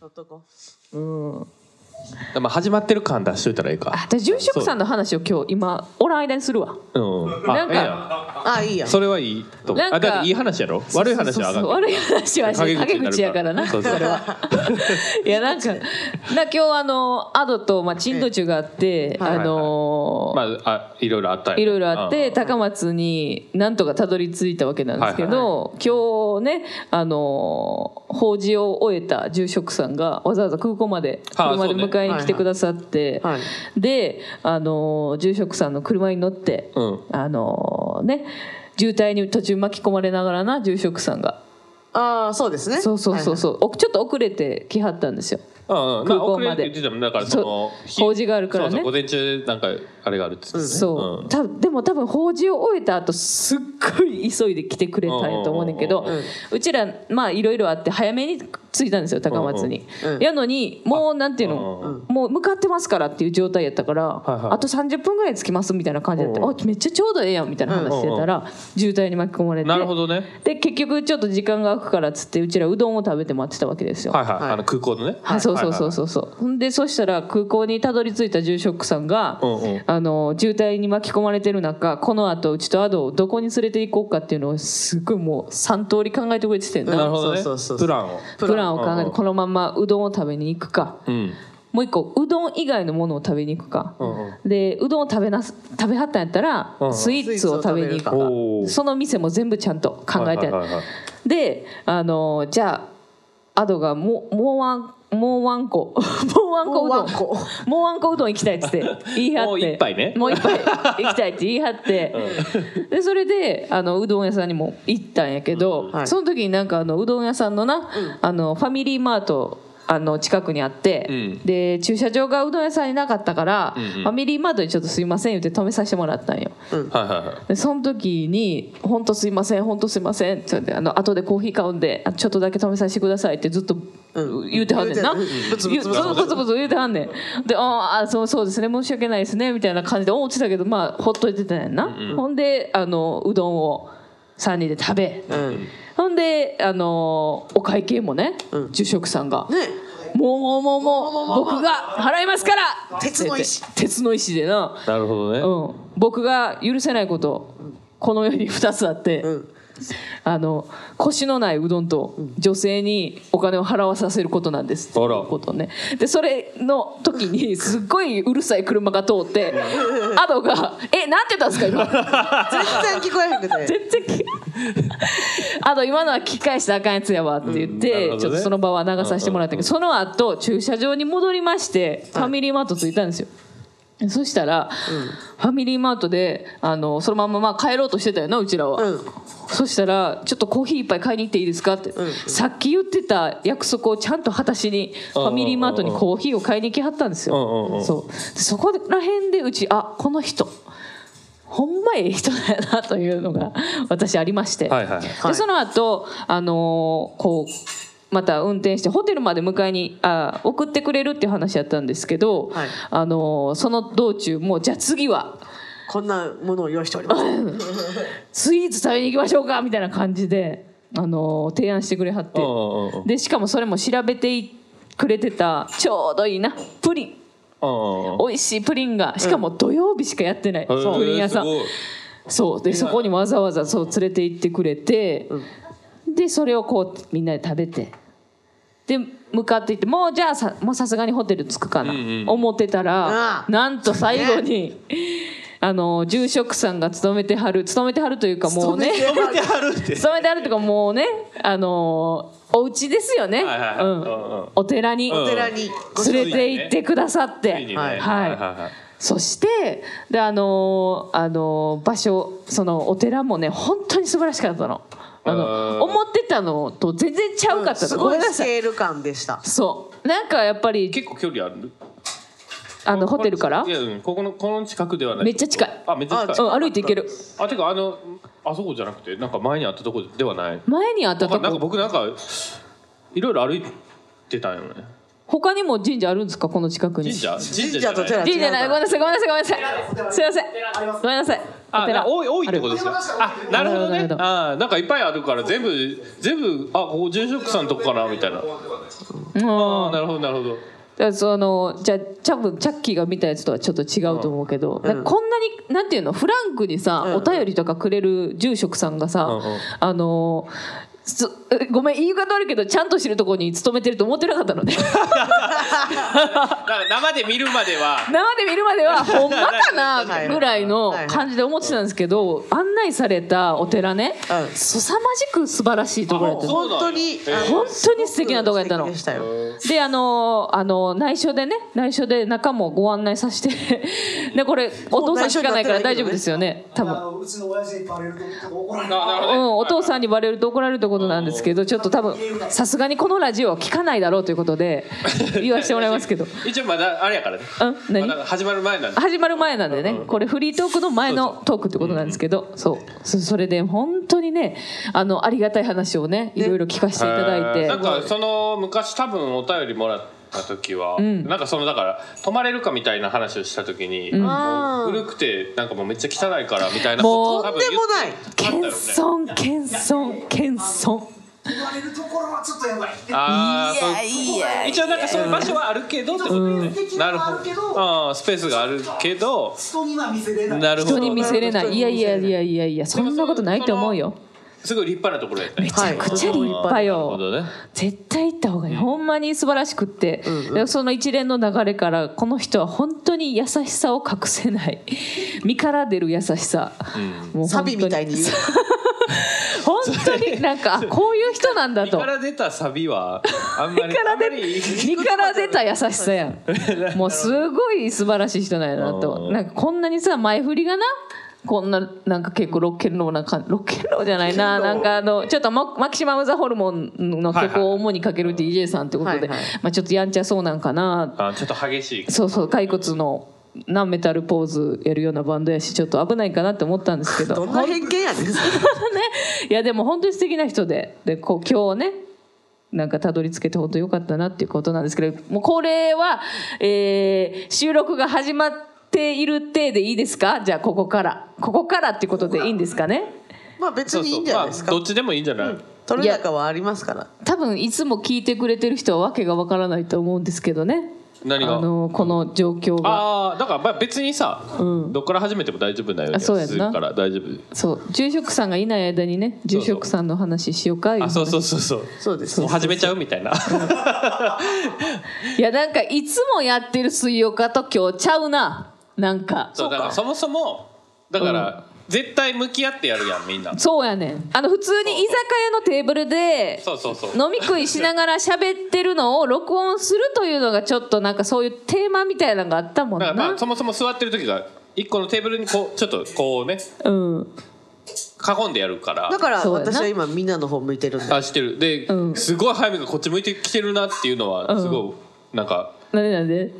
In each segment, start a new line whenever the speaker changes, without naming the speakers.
ドットコム
うん
まあ始まってる感出しといたらいいか
あで住職さんの話を今日今おらん間にするわ
うんあ
なんか
ええや
あいいや
ん
ん
それはいいと思う
なんか
あだっていい話やろ悪い話はあかん
そうそうそう悪い話はしない陰
になる
口やからな
そうそう
それはい
やなんかな今日あのアドとまあ珍道中があって、
はい
あのー
まああいろいろあったんや
いろいろあっ
うん
て高松になんとかたどり着いたわけなんですけど、今日ねあのー法事を終えた住職さんがわざわざ空港まで
はあ
車
そ
で
うね
迎えに来てくださって、
はい
であのー住職さんの車に乗って、
うん
あのーね渋滞に途中巻き込まれながらな住職さんが
ああそうですね
そうそうそう
う
そう、おちょっと遅れて来はったんですよ。
うんうん
空
まあ
港
遅
まで
れるって言ってたもんだからその
そう法事があるからね
そうそう午前中なんかあれがあるっつってね
そう、
ん
たでも多分法事を終えた後すっごい急いで来てくれたんやと思うねんけど、
う
うん
うん
うんうん
ちらまあいろいろあって早めに着いたんですよ高松に、
うんうん
やのにもうなんていう
うん
の、もう向かってますからっていう状態やったから、
いはい
あと30分ぐらい着きますみたいな感じで、
うんうん
あめっちゃちょうどええやんみたいな話してたら、渋滞に巻き込まれて
なるほどね
で結局ちょっと時間が空くからっつってうちらうどんを食べて待ってたわけですよ、
はいはい、
はい
あの空港のね
はい、そうそうそうそうそう。ほんでそしたら空港にたどり着いた住職さんが、
うんうん
あの渋滞に巻き込まれてる中この後うちとアドをどこに連れて行こうかっていうのをすごいもう3通り考えてくれててん
な
な、
るほどね
そうそうそうそう
プランを
プラン
プランを考え
うんう
て
ん
このままうどんを食べに行くか
うん
もう一個うどん以外のものを食べに行くか、
うんうん
でうどんを食べなす食べはったんやったら、
うんうん
スイーツを食べに行くか
スイーツを食べるか
おー
その店も全部ちゃんと考えて
はいは
ある、
いはいはい
であのじゃあアドがもうもうワンもうワンコ もうワンコ
もう
うどん
ワン
もうワンコうどん行きたいっつって言い張って
もう一杯ね
もう一杯行きたいって言い張 って、でそれであのうどん屋さんにも行ったんやけど、
はい
その時になんかあのうどん屋さんのな、あのファミリーマートあの近くにあって、
うん
で駐車場がうどん屋さんになかったから、
うんうん
ファミリーマートにちょっとすいません言って止めさせてもらったんよ。
はいはいはい
でその時に「本当すいません本当すいません」って言ってあの後でコーヒー買うんであちょっとだけ止めさせてください」ってずっと
うん
言うてはんねんな、
言うてた
ず
うん
っとブツブツ言うてはんねんで「ああそうそうですね申し訳ないですね」みたいな感じで思ってたけどまあほっといてたんやんな、ほんであのうどんを3人で食べ
うん
ほんであのお会計もね、
うん
住職さんが、
ね
もうもうもうも
もう
う
もうもう
僕が払いますから
鉄の意志
って言って鉄の意志でな
なるほどね、
うん、僕が許せないことこの世に2つあって、
うん
あの腰のないうどんと女性にお金を払わさせることなんですって
あ
い
ら
うことねでそれの時にすっごいうるさい車が通ってアドが「えなんて言ったんですか今
全然聞こえへんくて
全然聞アド今のは聞き返したらあかんやつやわ」って言って、
うんなるほどね
ちょっとその場は流させてもらったけど、その後駐車場に戻りましてファミリーマート着いたんですよ。そしたら、ファミリーマートであのそのまままあ帰ろうとしてたよなうちらは、
うん
そしたら「ちょっとコーヒー一杯買いに行っていいですか?」って、
ん
さっき言ってた約束をちゃんと果たしにファミリーマートにコーヒーを買いに来はったんですよ、
うんうんうん
そうでそこら辺でうちあこの人ほんまええ人だよなというのが私ありまして、
はいはいはい
はい
でその後あのーこうまた運転してホテルまで迎えにあ送ってくれるっていう話やったんですけど、
はい
あのーその道中もうじゃあ次は
こんなものを用意しており ます
スイーツ食べに行きましょうかみたいな感じで、あのー提案してくれはって
うんうんうん
でしかもそれも調べていくれてたちょうどいいなプリン
うんうんうん
美味しいプリンがしかも土曜日しかやってない、
へー
プリン屋さん
す。ごい
そうでそこにわざわざそう連れて行ってくれて、でそれをこうみんなで食べてで向かっていってもうじゃあさもうさすがにホテル着くかな、
うんうん
思ってたら
ああ
なんと最後に。あの住職さんが勤めてはる勤めてはるというかもうね
勤めて
あるって
勤めてはるというかもうねあのお家ですよね、
はいはいはい
う
う
ん
んうん
お寺に
うん
お寺に
連れて行ってくださって、
ついにね
はい
はいそしてであのーあのー場所そのお寺もね本当に素晴らしかったのあ
う
の
ん
思ってたのと全然ちゃうかった
す
の、ご
ご
め
い
んな
ス
さい
ケール感でした
そうなんかやっぱり
結構距離ある
あのホテルから、
いやうんここのこの近くではない
めっちゃ近い
あめっちゃ近い
うん、歩いて行ける
あてかあのあそこじゃなくてなんか前にあったとこではない
前にあっ
な
た
んか
と
なんか
こ
僕なんかいろいろ歩いてたんよね
他にも神社あるんですかこの近くに
神社
神社と
じゃな
寺
い
神社ないごめんなさいごめんなさいごめんなさいすいませんごめんなさいお寺
あ、多い多いってことですよ。あ、なるほど
なる
ね
ほ。ど
あー、なんかいっぱいあるから全部全部あ、ここ住職さんのとこかなみたいな。
うん
あー、なるほどなるほ ど。
だからそのじゃあ多分チャッキーが見たやつとはちょっと違うと思うけど、なんかこんなになんていうのフランクにさ、
うん
お便りとかくれる住職さんがさ、
うんうん
あのすえごめん言い方悪いけどちゃんとしてるとこに勤めてると思ってなかったのね
だから生で見るまでは。
生で見るまではほんまか
はい
なぐらいの感じで思ってたんですけど案内されたお寺ね、
うん
凄まじく素晴らしいところやった
あそう
本当に
そうなんや
あの
本当に素敵な動画やったの
素敵でしたよ
であのあの内緒でね内緒で中もご案内させてでこれお父さん聞かないから大丈夫ですよね多分。
あのうちの親父にバレると怒られる
ななるほ
う
どね
ん、お父さんにバレると怒られるってことなんですけどちょっと多分さすがにこのラジオは聞かないだろうということで言わせてもらいますけど
一応まだあれやからね。
うん何
まだ始まる前なんで。
始まる前なんでねこれフリートークの前のトークってことなんですけどそうそそれで本当にねあのありがたい話をねいろいろ聞かせていただいて
えーなんかその昔多分お便りもらった時は、なんかそのだから泊まれるかみたいな話をした時に、もう古くてなんかもうめっちゃ汚いからみたいな
もう
とんでもない
言って
謙遜謙遜謙遜
言われるところはちょっとやばい。
あーそう
いや
一応なんかそういう場所はあるけどってことね、なるほどあースペースがあるけど
人には見せれない。
なるほ
人に見
ど
せれないいやいやいやいやいやそんなことないと思うよ
すごい立派なところやったね
はい
めちゃくちゃ立派
なるほ
よ
どね
絶対行った方がいいほんまに素晴らしくって、でその一連の流れからこの人は本当に優しさを隠せない 身から出る優しさ、もう本当に
サビみたいに言う
本当になんかあこういう人なんだ
身
と
から出たサビはあんまり
身から
あんま
出
り
身から出た優しさやんもうすごい素晴らしい人なんやなと
うん
なんかこんなにさ前振りがなこんななんか結構ロッケンローな感ロッケンローじゃないななんかあのちょっとママキシマム・ザ・ホルモンの曲を主にかける DJ さんってこと
はい
で、
はい
まあ、ちょっとやんちゃそうなんかな
あちょっと激しい
そうそう骸骨のなメタルポーズやるようなバンドやしちょっと危ないかなって思ったんですけ ど
どんな偏見やねん
いやでも本当に素敵な人ででこう今日ねなんかたどり着けて本当良かったなっていうことなんですけどもうこれは、えー収録が始まっている体でいいですかじゃあここからここからっていうことでいいんですかね
まあ別
そう
にいい
そ
ん
う
じゃな
ま
い
あ
ですか
どっちでもいいんじゃない、
取れ高はありますから
多分いつも聞いてくれてる人はわけがわからないと思うんですけどね
何が
あのこの状況が
ああだからまあ別にさ、
うん
どっから始めても大丈夫なように
あ
は
そうやんな
するから大丈夫
そう住職さんがいない間にね住職さんの話しようかいう
あそう
話
そうそうそう
そうです
もう始めちゃうみたいな
いやなんかいつもやってる水曜かと今日ちゃうななんか
そうだからそもそもだから、絶対向き合ってやるやんみんな
そうやねんあの普通に居酒屋のテーブルで
そうそうそう
飲み食いしながら喋ってるのを録音するというのがちょっとなんかそういうテーマみたいなのがあったもん
だから
な、
まあそもそも座ってる時が一個のテーブルにこうちょっとこうね
うん
囲んでやるから
だから
そうやな
私は今みんなの方向いてるんで
あしてるで、
うん
すごい早めがこっち向いてきてるなっていうのは
うん
すごいなんか
なんでなんで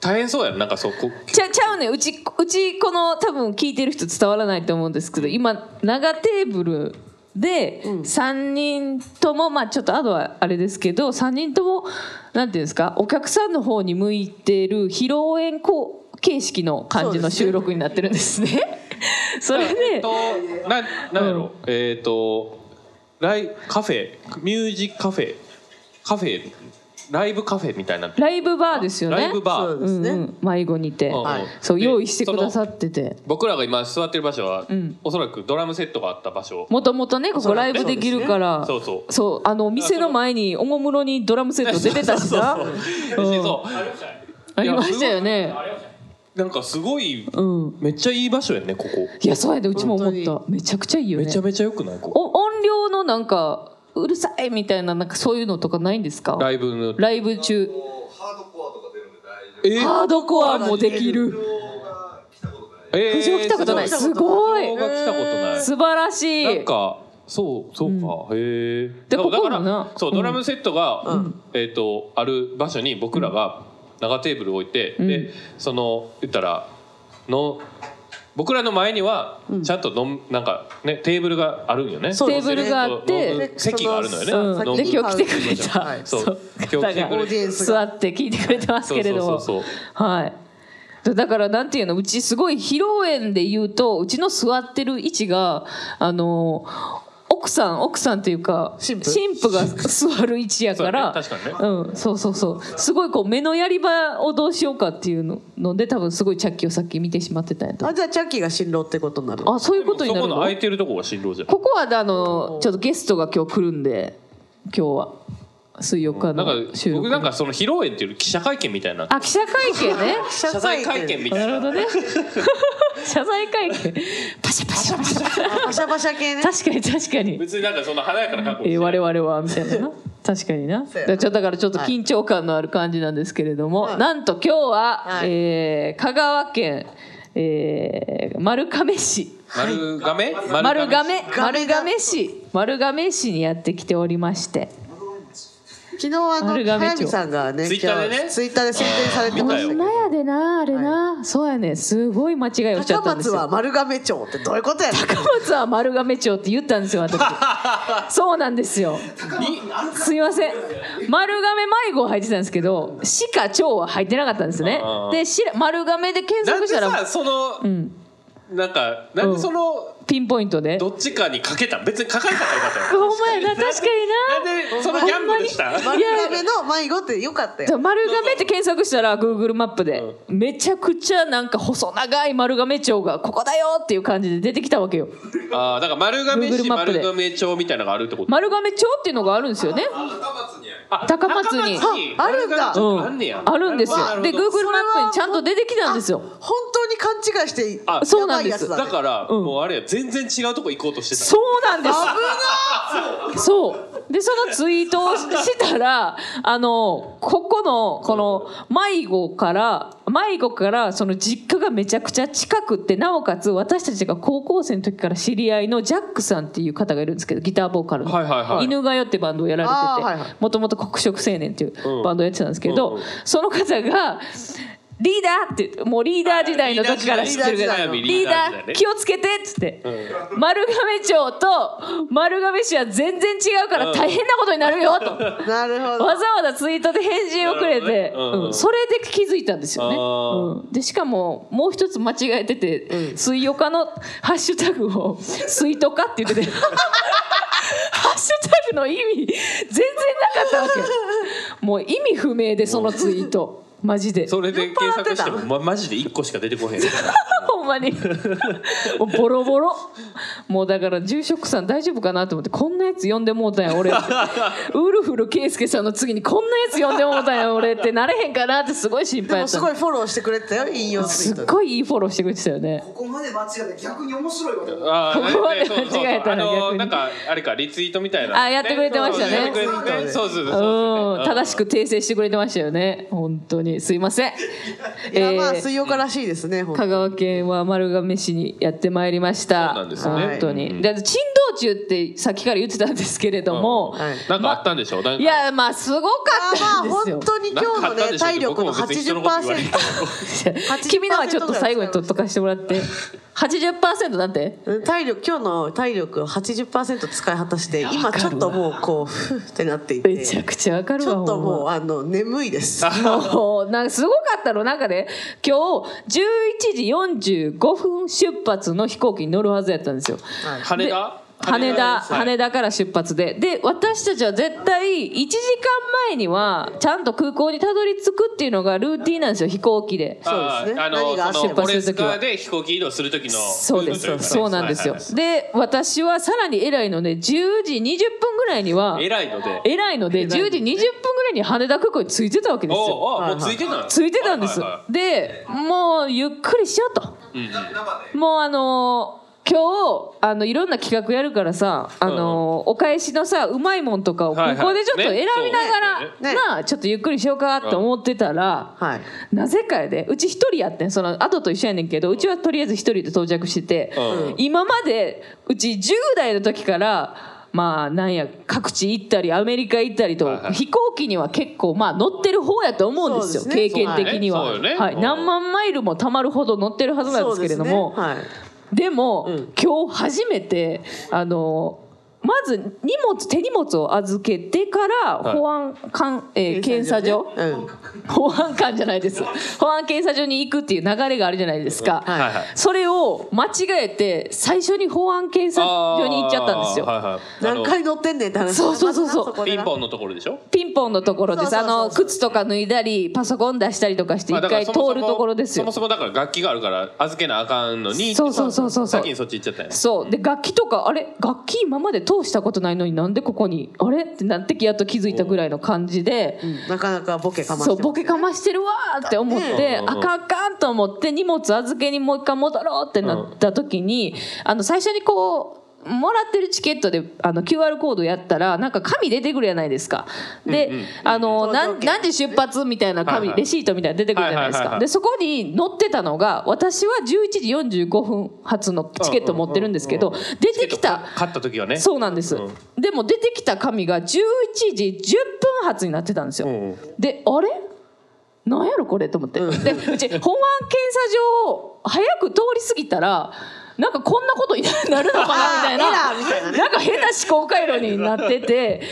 大変そうやんなんかそうこ
ちゃちゃうねんうちうちこの多分聞いてる人伝わらないと思うんですけど今長テーブルで3人とも、まあちょっとあとはあれですけど3人ともなんていうんですかお客さんの方に向いてる披露宴こう形式の感じの収録になってるんですね。それ
え
で
っとななんやろ、えっ、とライカフェミュージックカフェカフェライブカフェみたいな、
ライブバーですよね。
ライブバ
そう
ー
ですね
うんうん、迷子にて、
うん
はい
そう
で
用意してくださってて。
僕らが今座ってる場所は、
ん
おそらくドラムセットがあった場所
もともとねここライブできるから
そうですねそうそう
あの店の前におもむろにドラムセット出てたし さ
そう
うんありましたよね
なんかすごい
うん
めっちゃいい場所やねここ
いやそうやでうちも思っ
本
ためちゃくちゃいいよね
めちゃめちゃよくないここ
お音量のなんかうるさいみたいななんかそういうのとかないんですか
ライブの
ライブ中
え
ハードコアもできる
えー
苦情来たことない
す
すご
ご
い
い苦情が来たことない
素晴らし
なん
い
かそうそうか、へえ
で
だから
ここのな
だからそう
うん
ドラムセットが、えっ、とある場所に僕らが長テーブルを置いて、
ん
でその言ったらの僕らの前にはちゃんとのんなんかねテーブルがあるんよね。
そう
テーブルがあって
ノン
で
席があるのよね。
そ
うん
さっ
ノ
き
ン
で今日来て
買
くれた、
はい
そう今日来て
方
くれ
が
オーディエンス
座
が
って聞いてくれてますけれども
そうそうそう
はいだだからなんていうのうちすごい披露宴で言うとうちの座ってる位置があの奥さん奥さんというか
新婦
婦が座る位置やから
そうだね確
うん、そうそうそうすごいこう目のやり場をどうしようかっていうのので多分すごいチャッキーをさっき見てしまってたんやと
あじゃあチャッキーが新郎ってことになる
あそういう
そ
こ
う。
と
そ
にな
こ
る
の
の
空いてるとこが新郎じゃん。
ここはあのちょっとゲストが今日来るんで今日は水曜日
な
の
んか
収録
僕なんかその披露宴っていうより記者会見みたいな
あ記者会見ね
謝
謝罪会見みた
ないる
な。
ほど ね謝罪会見パシャパシャパシャ
あパシャパシャ系ね
確かに確か に、
別になんかそんな華やかな格好
え
して
ー、
ない。
我々はみたいなな確かになだ
そう
か
やな
らちょだからちょっと緊張感のある感じなんですけれども、
はい
なんと今日は、
はい
えー香川県、えー丸亀市
丸亀
丸
市
亀
丸
丸
亀
亀市丸亀市にやってきておりまして
昨日あの
丸亀町
早見さんがね
ツイッターでね
今日ツイッターで宣伝されて
見
ま
た
し
よ
たけ
な
ど
やでなあれな、そうやねすごい間違いをしちゃ
高
ったんで
松
すよ
は丸亀町ってどういうことやねん
高松は丸亀町って言ったんです よ私そうなんですよすみません丸亀迷子は入ってたんですけど市か町は入ってなかったんですね
あー
でしら丸亀で検
なんで
索した
さ
ら
その、なんかなんでその、
ピンポイントで
どっちかにかけた別にかかれたからよかった よ。
ほんまやな確か
なん
にな
でそのギャンブルした
ほんまに
丸亀の迷子ってよかったよ
丸亀って検索したら Google マップでめちゃくちゃなんか細長い丸亀町がここだよっていう感じで出てきたわけよ
ああだから丸亀市
Google マップ
丸
で
亀町みたいなのがあるってこと
丸亀町っていうのがあるんですよね
あ
高松に
ああるんだ
丸亀町
う
あんねや
あるんです
な
よで Google
ほど
マップにちゃんと出てきたんですよ
本当に勘違いして
あ
そうなんです
やばいやつだね
だから、
うん
もうあれや全然違うとこ行こうとしてた
そうなんです。そう。でそのツイートをしたら、あのここのこの迷子から迷子からその実家がめちゃくちゃ近くってなおかつ私たちが高校生の時から知り合いのジャックさんっていう方がいるんですけどギターボーカルの、
はいはいはい
犬がよってバンドをやられて
あー
て、
はいはい
もともと黒色青年っていう
うん
バンドをやってたんですけど、
うんうん
その方がリーダーって言ってもうリーダー時代の時から知ってる
リー
か
ダー時代
ら
の
リーダー気をつけてっつって、丸亀町と丸亀市は全然違うから大変なことになるよと、
なるほど
わざわざツイートで返信をくれて、
なるほどねうん
うんそれで気づいたんですよね
あー、
うんでしかももう一つ間違えてて「水曜日のハッシュタグを「水とか」って言っててハッシュタグの意味全然なかったわけもう意味不明でそのツイートマジで
それで検索して
酔っ払
も、
って
ま、マジで一個しか出てこへん
ほんまにもうボロボロもうだから住職さん大丈夫かなと思ってこんなやつ呼んでもうたんや俺ウルフル圭介さんの次にこんなやつ呼んでもうたんや俺ってなれへんかなってすごい心
で
配や
も
っ
す
た
ごいフォローしてくれてたよ引用ツイ
す
ート
っ
で
ごいいいフォローしてくれてたよね
ここまで間違って逆に面白いわけだ
あー
ここまで
そうそうそう
間違えたら
あの
逆に
なんかあれかリツイートみたいな
あやってくれてましたね
そうそうやってくれてそうそうそううそうん
正しく訂正してくれてましたよね本当にすいません
いやまあ
えー
水曜からしいですねほんと
香川県は丸亀市にやってまいりました。
そうなんですよね
本当に。
うん
だって珍道中ってさっきから言ってたんですけれども、
うんはい
なんかあったんでしょ、なんか
いやまあすごかったん
まあ
ですよ
本。当に今日のね体力の80%
君のはちょっと最後に取っとかしてもらって80%なんて
体力今日の体力を80%使い果たして今ちょっともうこうふーってなっていて
めちゃ
ち
くちゃわかるわ
ょっと
ほん
もう
ま
あの眠いです
もうなんかすごかったのなんかね今日11時45分出発の飛行機に乗るはずやったんですよ。
羽
で
田
羽田
はい
羽田から出発でで私たちは絶対1時間前にはちゃんと空港にたどり着くっていうのがルーティンなんですよ飛行機で。
そ
あ
うですね
ーあの
何があっても
その
出発する時は
オレスカで飛行機移動する時の
そうで
ルートといか
す
ね
そうなんですよ、
はい
で私はさらに偉いので10時20分ぐらいには
はい偉いので
偉いので10時20分ぐらいに羽田空港に着いてたわけですよ
おうおうもうついてたの
着いてたんです、
はいは
でもうゆっくりしようと
いはいうんうん
もうあのー今日あのいろんな企画やるからさ、あのーお返しのさうまいもんとかをこ
はいはい
こでちょっと選びながら、
ね
そうねね
なあちょっとゆっくりしようかと思ってたら、
はい
なぜかやでうち一人やってんその後と一緒やねんけどうちはとりあえず一人で到着してて、
うん
今までうち10代の時からまあなんや各地行ったりアメリカ行ったりと、
はいはい
飛行機には結構まあ乗ってる方やと思うんですよ
そうですね
経験的には、
そうだねそうよね
はい、
うん
何万マイルもたまるほど乗ってるはずなんですけれどもで,、
そうですね
も、
うん
今日初めてあのまず荷物手荷物を預けてから
はい
保安官、え
はい
ー検査所、
ねうん
保安官じゃないです保安検査所に行くっていう流れがあるじゃないです
は
か、
い
はいはい
それを間違えて最初に保安検査所に行っちゃったんです
あ
よ、
ーはいはい、
何回乗ってんねんって話
そうそうそうそう
こで
ピ
な
ンポンのところでしょ
ピンポンのところです
そう
あ
そうそうそう
の靴とか脱いだりパソコン出したりとかして
ま
一
あだから
回
そ
通
もそも
るところですよ
そもそもだから楽器があるから預けなあかんのに
そうそうそうそうそう
先にそっち行っちゃったよね
そうで楽器とかあれ楽器今まで通したことないのになんでここにあれってなってやっと気づいたぐらいの感じで。
うんなかなかボケかまして
そ
ま
う
す
ボケかましてるわーって思っ
だ
ね
て
うん
あかんあかんと思って荷物預けにもう一回戻ろうってなった時にあの最初にこうもらってるチケットであの QR コードやったらなんか紙出てくるじゃないですか。で、あの
搭
な
乗
ん
券
何時出発みたいな
はい
紙
はい
レシートみたいなの出てくるじゃないです
はいはいはいは
か。
い
でそこに載ってたのが私は11時45分発のチケット持ってるんですけど出てきた。
勝った時はね
そうなんです、
う
でも出てきた紙が11時10分発になってたんですよ、
うんうん
であれなんやろこれと思って、でうち本案検査場を早く通り過ぎたらなんかこんなことになるのか
あー
なみたい
エラーみたいな
ななんか変な思考回路になってて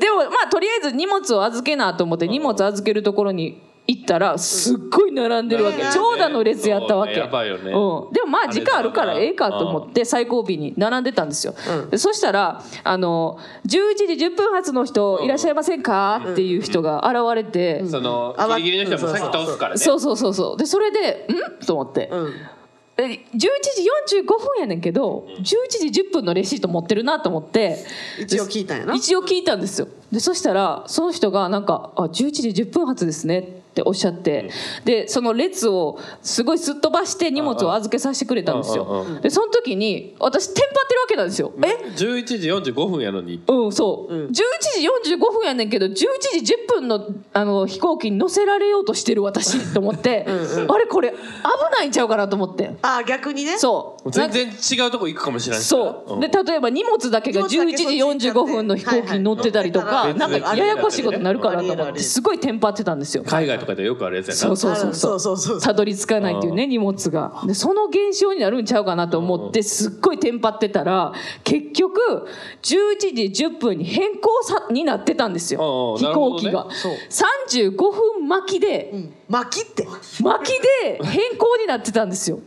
でもまあとりあえず荷物を預けなと思って荷物預けるところに行ったらすっごい並んでるわけ、
うん
長蛇の列やったわけ、
そうねやばいよね
うん、でもまあ時間あるからええかと思って。で最後尾に並んでたんですよ、
うん
でそしたらあの11時10分発の人いらっしゃいませんか、っていう人が現れて、
その
あま
ギリギリの人はもう先倒すからね
そうそうそうそうでそれで「ん?」と思って、
うん
で11時45分やねんけど11時10分のレシート持ってるなと思って
一応聞いたんやな
一応聞いたんですよでそしたらその人がなんか「あ11時10分発ですね」っておっしゃって、でその列をすごいすっ飛ばして荷物を預けさせてくれたんです
うんうん
よでその時に私テンパってるわけなんですよ、え
11時45分やのに
うん、そう、
うん
11時45分やねんけど11時10分のあの飛行機に乗せられようとしてる私と思ってあれこれ危ないんちゃうかなと思って
あー逆にね
そう
全然違うとこ行くかもしれないしな
そう、
ん
で例えば荷物だけが11時45分の飛行機に乗ってたりと
は
か、
いはい
なんかややこしいことになるかなと
ありえるあ
思っ
りえ
て
る
すごいテンパってたんですよ。
海外とかでよくあるやつやな
そうそう
あ
そ
の
うそう
そうそうそう
たどり着かないっていうね荷物がでその現象になるんちゃうかなと思ってすっごいテンパってたら結局11時10分に変更さになってたんです
うんう
よ
ん
飛行機
なる
が、
ほどね
35分巻きで
うん巻きって
巻きで変更になってたんですよ。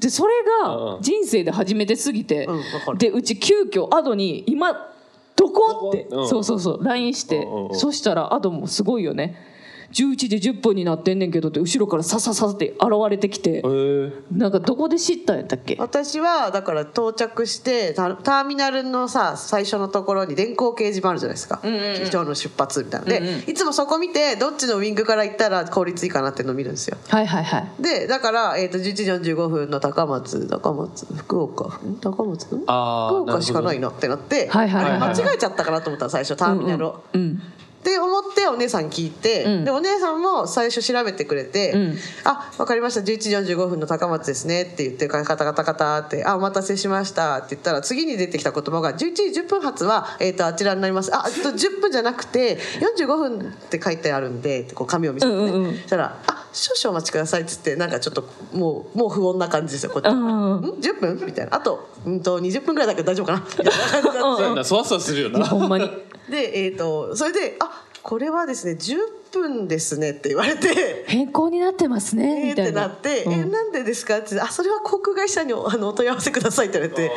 でそれ
うんう
が
ん
人生で初めてすぎて、
うんわかる
でうち急遽アドに今どこって、
うん
そうそうそう LINE し
うん
て、
うんうん
そしたらアドもすごいよね11時10分になってんねんけどって後ろからさささって現れてきて、
へー
なんかどこで知ったんやったっけ
私はだから到着してタターミナルのさ最初のところに電光掲示板あるじゃないですか、今日の出発みたいなで、いつもそこ見てどっちのウィングから行ったら効率いいかなっていうのを見るんですよ
はいはいはい
でだから、えー、と11時45分の高松高松福岡ん高松ん
あー
福岡しかないなってなって
はいはいはいはい
あれ間違えちゃったかなと思ったの最初ターミナルを。
うん
って思ってお姉さんに聞いて、
うん
でお姉さんも最初調べてくれて「
うん
あわかりました11時45分の高松ですね」って言ってカタカタカタって「あお待たせしました」って言ったら次に出てきた言葉が「11時10分発は、えー、とあちらになります」あ「あと10分じゃなくて45分」って書いてあるんでってこう紙を見せてね、
うんうんうん
そしたら「あ少々お待ちください」っつってなんかちょっともうもう不穏な感じですよこっち。
うんうんうん
ん10分みたいなあとうんと20分ぐらいだけど大丈夫かなみたいな感じになって
そうやんなそわそわするよな
ほん まに
でえー、とそれで「あこれはですね10分ですね」って言われて。
変更になってます
え
ね、
ー、
み
ったて
いな
なって「
うん
えなんでですか?」って「あそれは航空会社におあのお問い合わせください」って言われて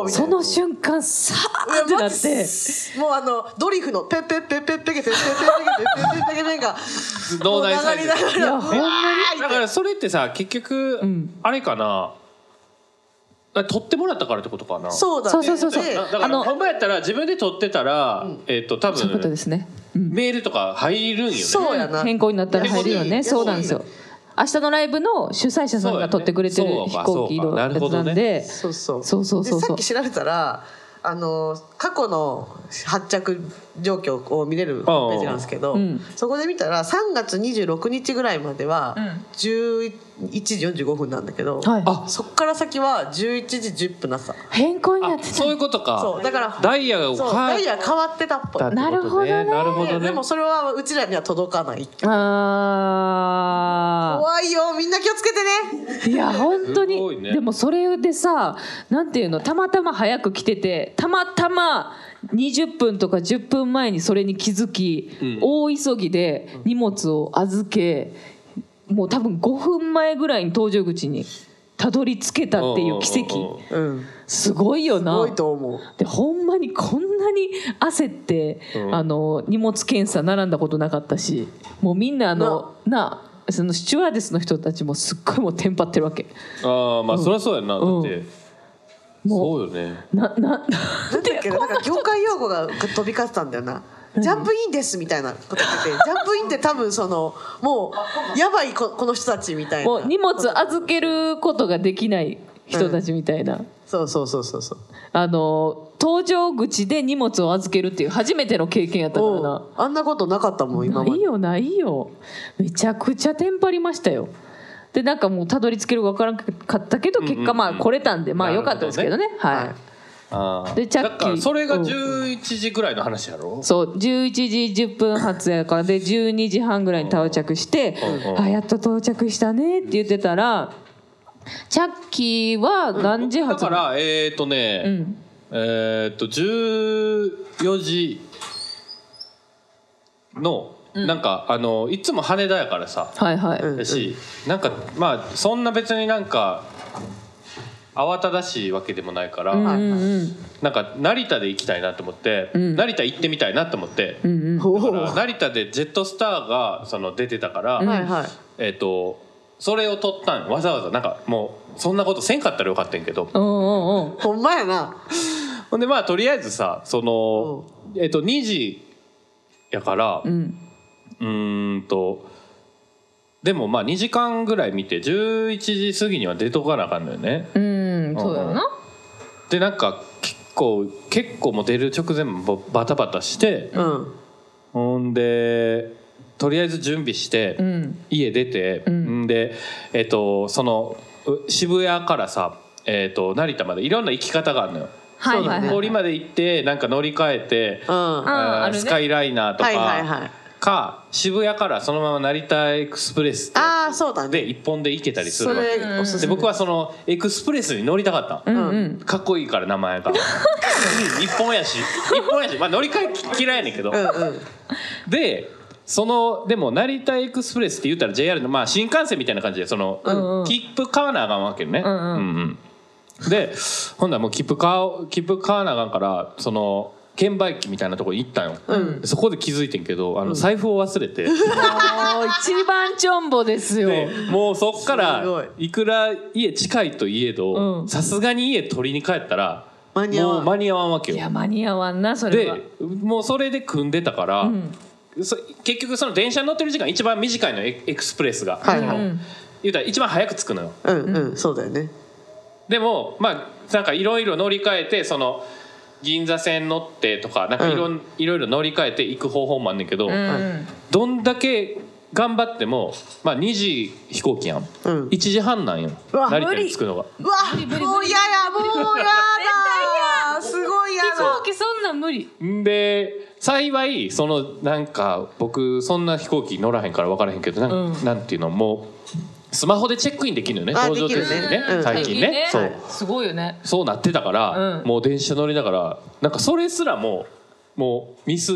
おー
う
みたい
そ
な
の瞬間さーってなっ
いや
て
マジもうあのドリフの「ペッペッペッペッペケペッペッペッペケペッペッペケペン」が
脳内再
流
生
れなが
いや
ら
ほんまに
だからそれってさ結局、
ん
あれかなあ取ってもらったからってことかな
そうだ
そう
ね
そうそうそう
で
だだから
あの
本番やったら自分で取ってたら、えっ、と多
そういうことで
分
すね、うん
メールとか入るんよね
そうやな
変更になったら入るよ
いや
ねそうなんですよ
い
明日のライブの主催者さんが撮ってくれてる
そう
飛
やね
行機
そう
の
か
やつなんで
そうそう
そうそうそうそう
でさっき調べたらあの過去の発着状況を見れるホームページなんですけど、
うん
そこで見たら3月26日ぐらいまでは
うん
11時45分なんだけど、
はい
あ
そっから先は11時10分なさ
変更になっ
あ
てた
そういうこと
そ
か
うだから
ダイヤを
そうダイヤ変わってたっぽい
だってことね
なるほどね
なるほどね
でもそれはうちらには届かない
あ
怖いよみんな気をつけてね
ーいや本当
すご
に、
いね
でもそれでさなんていうのたまたま早く来ててたまたま20分とか10分前にそれに気づき、
うん
大急ぎで荷物を預けもう多分5分前ぐらいに搭乗口にたどり着けたっていう奇
うんうんうん
跡
うん
すごいよ
す
な
ごいと思う
でほんまにこんなに焦って、
うん
あの荷物検査並んだことなかったしもうみんなあのなそのシチュワーデスの人たちもすっごいもうテンパってるわけ
ああまあそりゃそうやんなだ
うん
って
も
そうよね
なな
なんだっけななんか業界用語が飛び交ってたんだよな。ジャンプインですみたいなこと言ってて、 ジャンプインって多分そのもうやばいここの人たちみたいな。
もう荷物預けることができない人たちみたいな、
そうそうそうそうそう。
あの搭乗口で荷物を預けるっていう初めての経験やったからな
うんあんなことなかったもん今ま
な
で
い。よないよめちゃくちゃテンパりましたよでなんかもうたどり着けるか分からんかったけど
んうんうん
結果まあ来れたんでまあ
なる
良
ほどね
かったですけどねはい、
はい
ああ
でチャッキー
だからそれが
うん
11時ぐらいの話やろ
そう11時10分発やからで12時半ぐらいに到着して
うん
「あやっと到着したね」って言ってたらチャッキーは何時
だ
発
からえっとね
うん
えーっと14時の、なんかあのいつも羽田やからさ
はいはい、
うん
だし、なんかまあそんな別になんか慌ただしいわけでもないから、
うんうん
なんか成田で行きたいなと思って、
うん
成田行ってみたいなと思って、
うんうんうん
お
だか
ー
ら成田でジェットスターがその出てたから、
うん
はいはい。
えーっとそれを撮ったんよわざわざなんかもうそんなことせんかったらよかったんやけど。
うんうん
ほんまやな。
ほんでまあとりあえずさその、えっと2時やから
う
うんーんとでもまあ2時間ぐらい見て11時過ぎには出とかなあかんのよね。
うんそうだよな
でなんか結構結構もう出る直前もバタバタして、
うん。
ほんでとりあえず準備して、
うん
家出て、
うん
ん、でえっ、とそのう渋谷からさえっ、と成田までいろんな行き方があるのよ。
はいはい
通
はい
りまで行ってなんか乗り換えて、
うん。
あ
は
えー
ーるね
スカイライナー
い
とか、
はいはい。
か渋谷からそのまま成田エクスプレス
ああそうだね。
で一本で行けたりす
そ
るわけ
れおすす
で
め。
僕はそのエクスプレスに乗りたかった
う
の、
んうん
かっこいいから名前 がうん一本やし一本やし、まあ、乗り換え嫌いやねんけど、
うんうん。
でそのでも成田エクスプレスって言ったら JR の、まあ、新幹線みたいな感じでその、
うんうん
切符買わなあかんわけね、
うんうん
うんでほんならもう切符買おう切符買わなあかんからその券売機みたいなとこに行ったんよ、
ん
そこで気づいてんけどあの財布を忘れて、
もう一番ちょんぼですよ
でもうそっか
すごい
らいくら家近いといえ
う
ど
ん
さすがに家取りに帰ったら
間に合わ
も
ん
う間に合わんわけ
い
よ
や間に合わんなそれは
でもうそれで組んでたから、
ん
そ結局その電車に乗ってる時間一番短いのエエクスプレスが、
はいは
う
い。
ん
言うたら一番早く着くのよ
うんうんそうだよね。
でもまあなんかいろいろ乗り換えてその銀座線乗ってとかなんかいろ,、、
うん
いろいろ乗り換えて行く方法もあんねんけど、
うん
どんだけ頑張っても、まあ、2時飛行機やん、
うん
1時半なんよ
うわ
成田に着くのが。
うわもう嫌やもう嫌だ。すごい嫌
飛行
だ。
機そんなん無理
んで幸いそのなんか僕そんな飛行機乗らへんから分からへんけどなん,、
うん
なんていうのもうスマホでチェックインできるのね
あ
搭乗手続き
できる
ね
ねうん
最近ね
ね
そう、
はい
すごいよね
そうなってたから、
うん
もう電車乗りながらなんかそれすらもうもうミス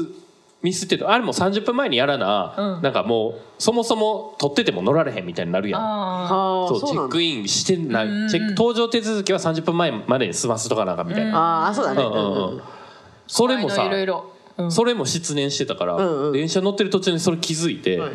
ミスってるあれも30分前にやらな、
うん
なんかもうそもそも取ってても乗られへんみたいになるやん。
あ
はあ
そうチェック
イン。
インしてない、
うんうん
チェック搭乗手続きは30分前までに済ますとかなんかみたいな、
ああそうだね。
うんうんうんそ
こ
れもさ
いろいろうん
それも失念してたから、
うんうん
電車乗ってる途中にそれ気づいて、
はい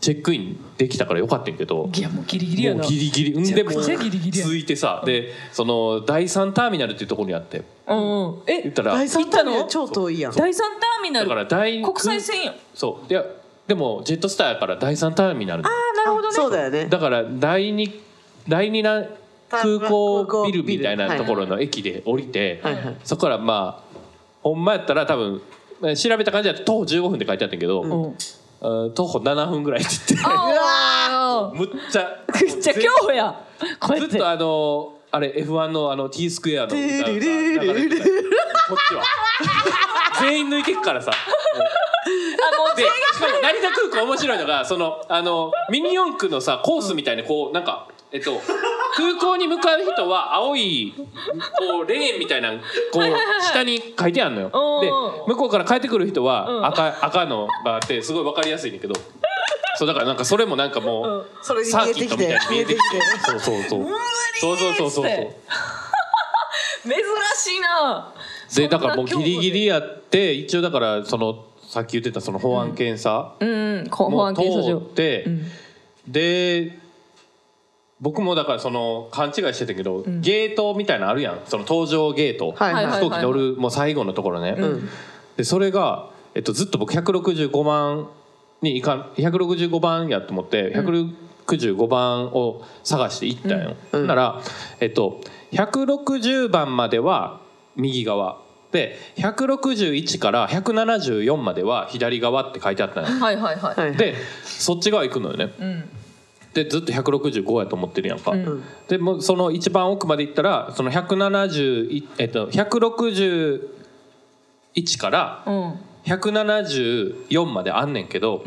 チェックインできたからよかったんやけど。
いやもうギリギリや
もう
な
ギリギリ、うん
めち
で
ゃ
も
くちゃギリギリや
続いてさ、でその第三ターミナルっていうところにあって
うんうん
言
え
ったら
第三ターミナ
行った
ル
の
超遠いやん。
第三ターミナ
だから
ル
第
国際線やんあ
そういやでもジェットスターやから第三ターミナルだ
ーなるほどね
そうだよね。
から第二第二な空
空港
港
ビ
ビ
ル
ルみたいなところの駅で降りて、
はいはい
そこからまあほんまやったら多分えー調べた感じだと徒歩15分って書いてあったんやけど、
うん
あー徒歩7分ぐらいって言って
あ
むっちゃ
ーじゃあ今日やこうや
ず
っ
ってとあのあれ F1 のあの T スクエアの歌が流れてたこっ ちは全員抜いてくからさでしかも成田空港面白いのがそのあのミニ四駆のさコースみたいにこうなんかえっと空港に向かう人は青いこうレーンみたいなこう下に書いてあるのよ
お
で
ー
向こうから帰ってくる人
うん
は赤,、赤のがあってすごい分かりやすいんだけどそうだからなんかそれもなんかもう、
それに
サ
見え
ー
て
キット
き
み
て
たいに見えてきてそうそうそうそうそうそうそう
無理っつっ珍しいな
でだからもうギリギリやって一応だからそのさっき言ってたその保安検査
うんこ保
も
安
通
検査場
って、
うん
で僕もだからその勘違いしてたけど、
ん
ゲートみたいなのあるやんその搭乗ゲート、
はいはいはいはい
飛行機乗るもう最後のところね、
ん
でそれが、えっと、ずっと僕165番にいかん165番やと思って165番を探して行ったんよ、
うんうん
なら、えっと、160番までは右側で161から174までは左側って書いてあったんよ
はいはいはい、
はい
でそっち側行くのよね
うん
でずっと165やと思ってるやんか、
うん
でもうその一番奥まで行ったらその170いえっと161から
うん
174まであんねんけど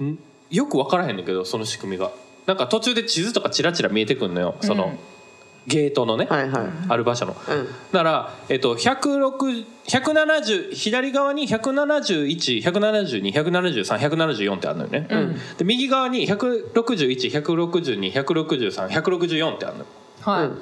う、ん
んよく分からへんねんけどその仕組みがなんか途中で地図とかチラチラ見えてくんのよその、
うん
ゲートのね、
はいはい
ある場所の、
うん
だから、えっと、106 170左側に1711772173174ってあるのよね、
ん
で右側に161162163164ってあるのよ
はい、
うん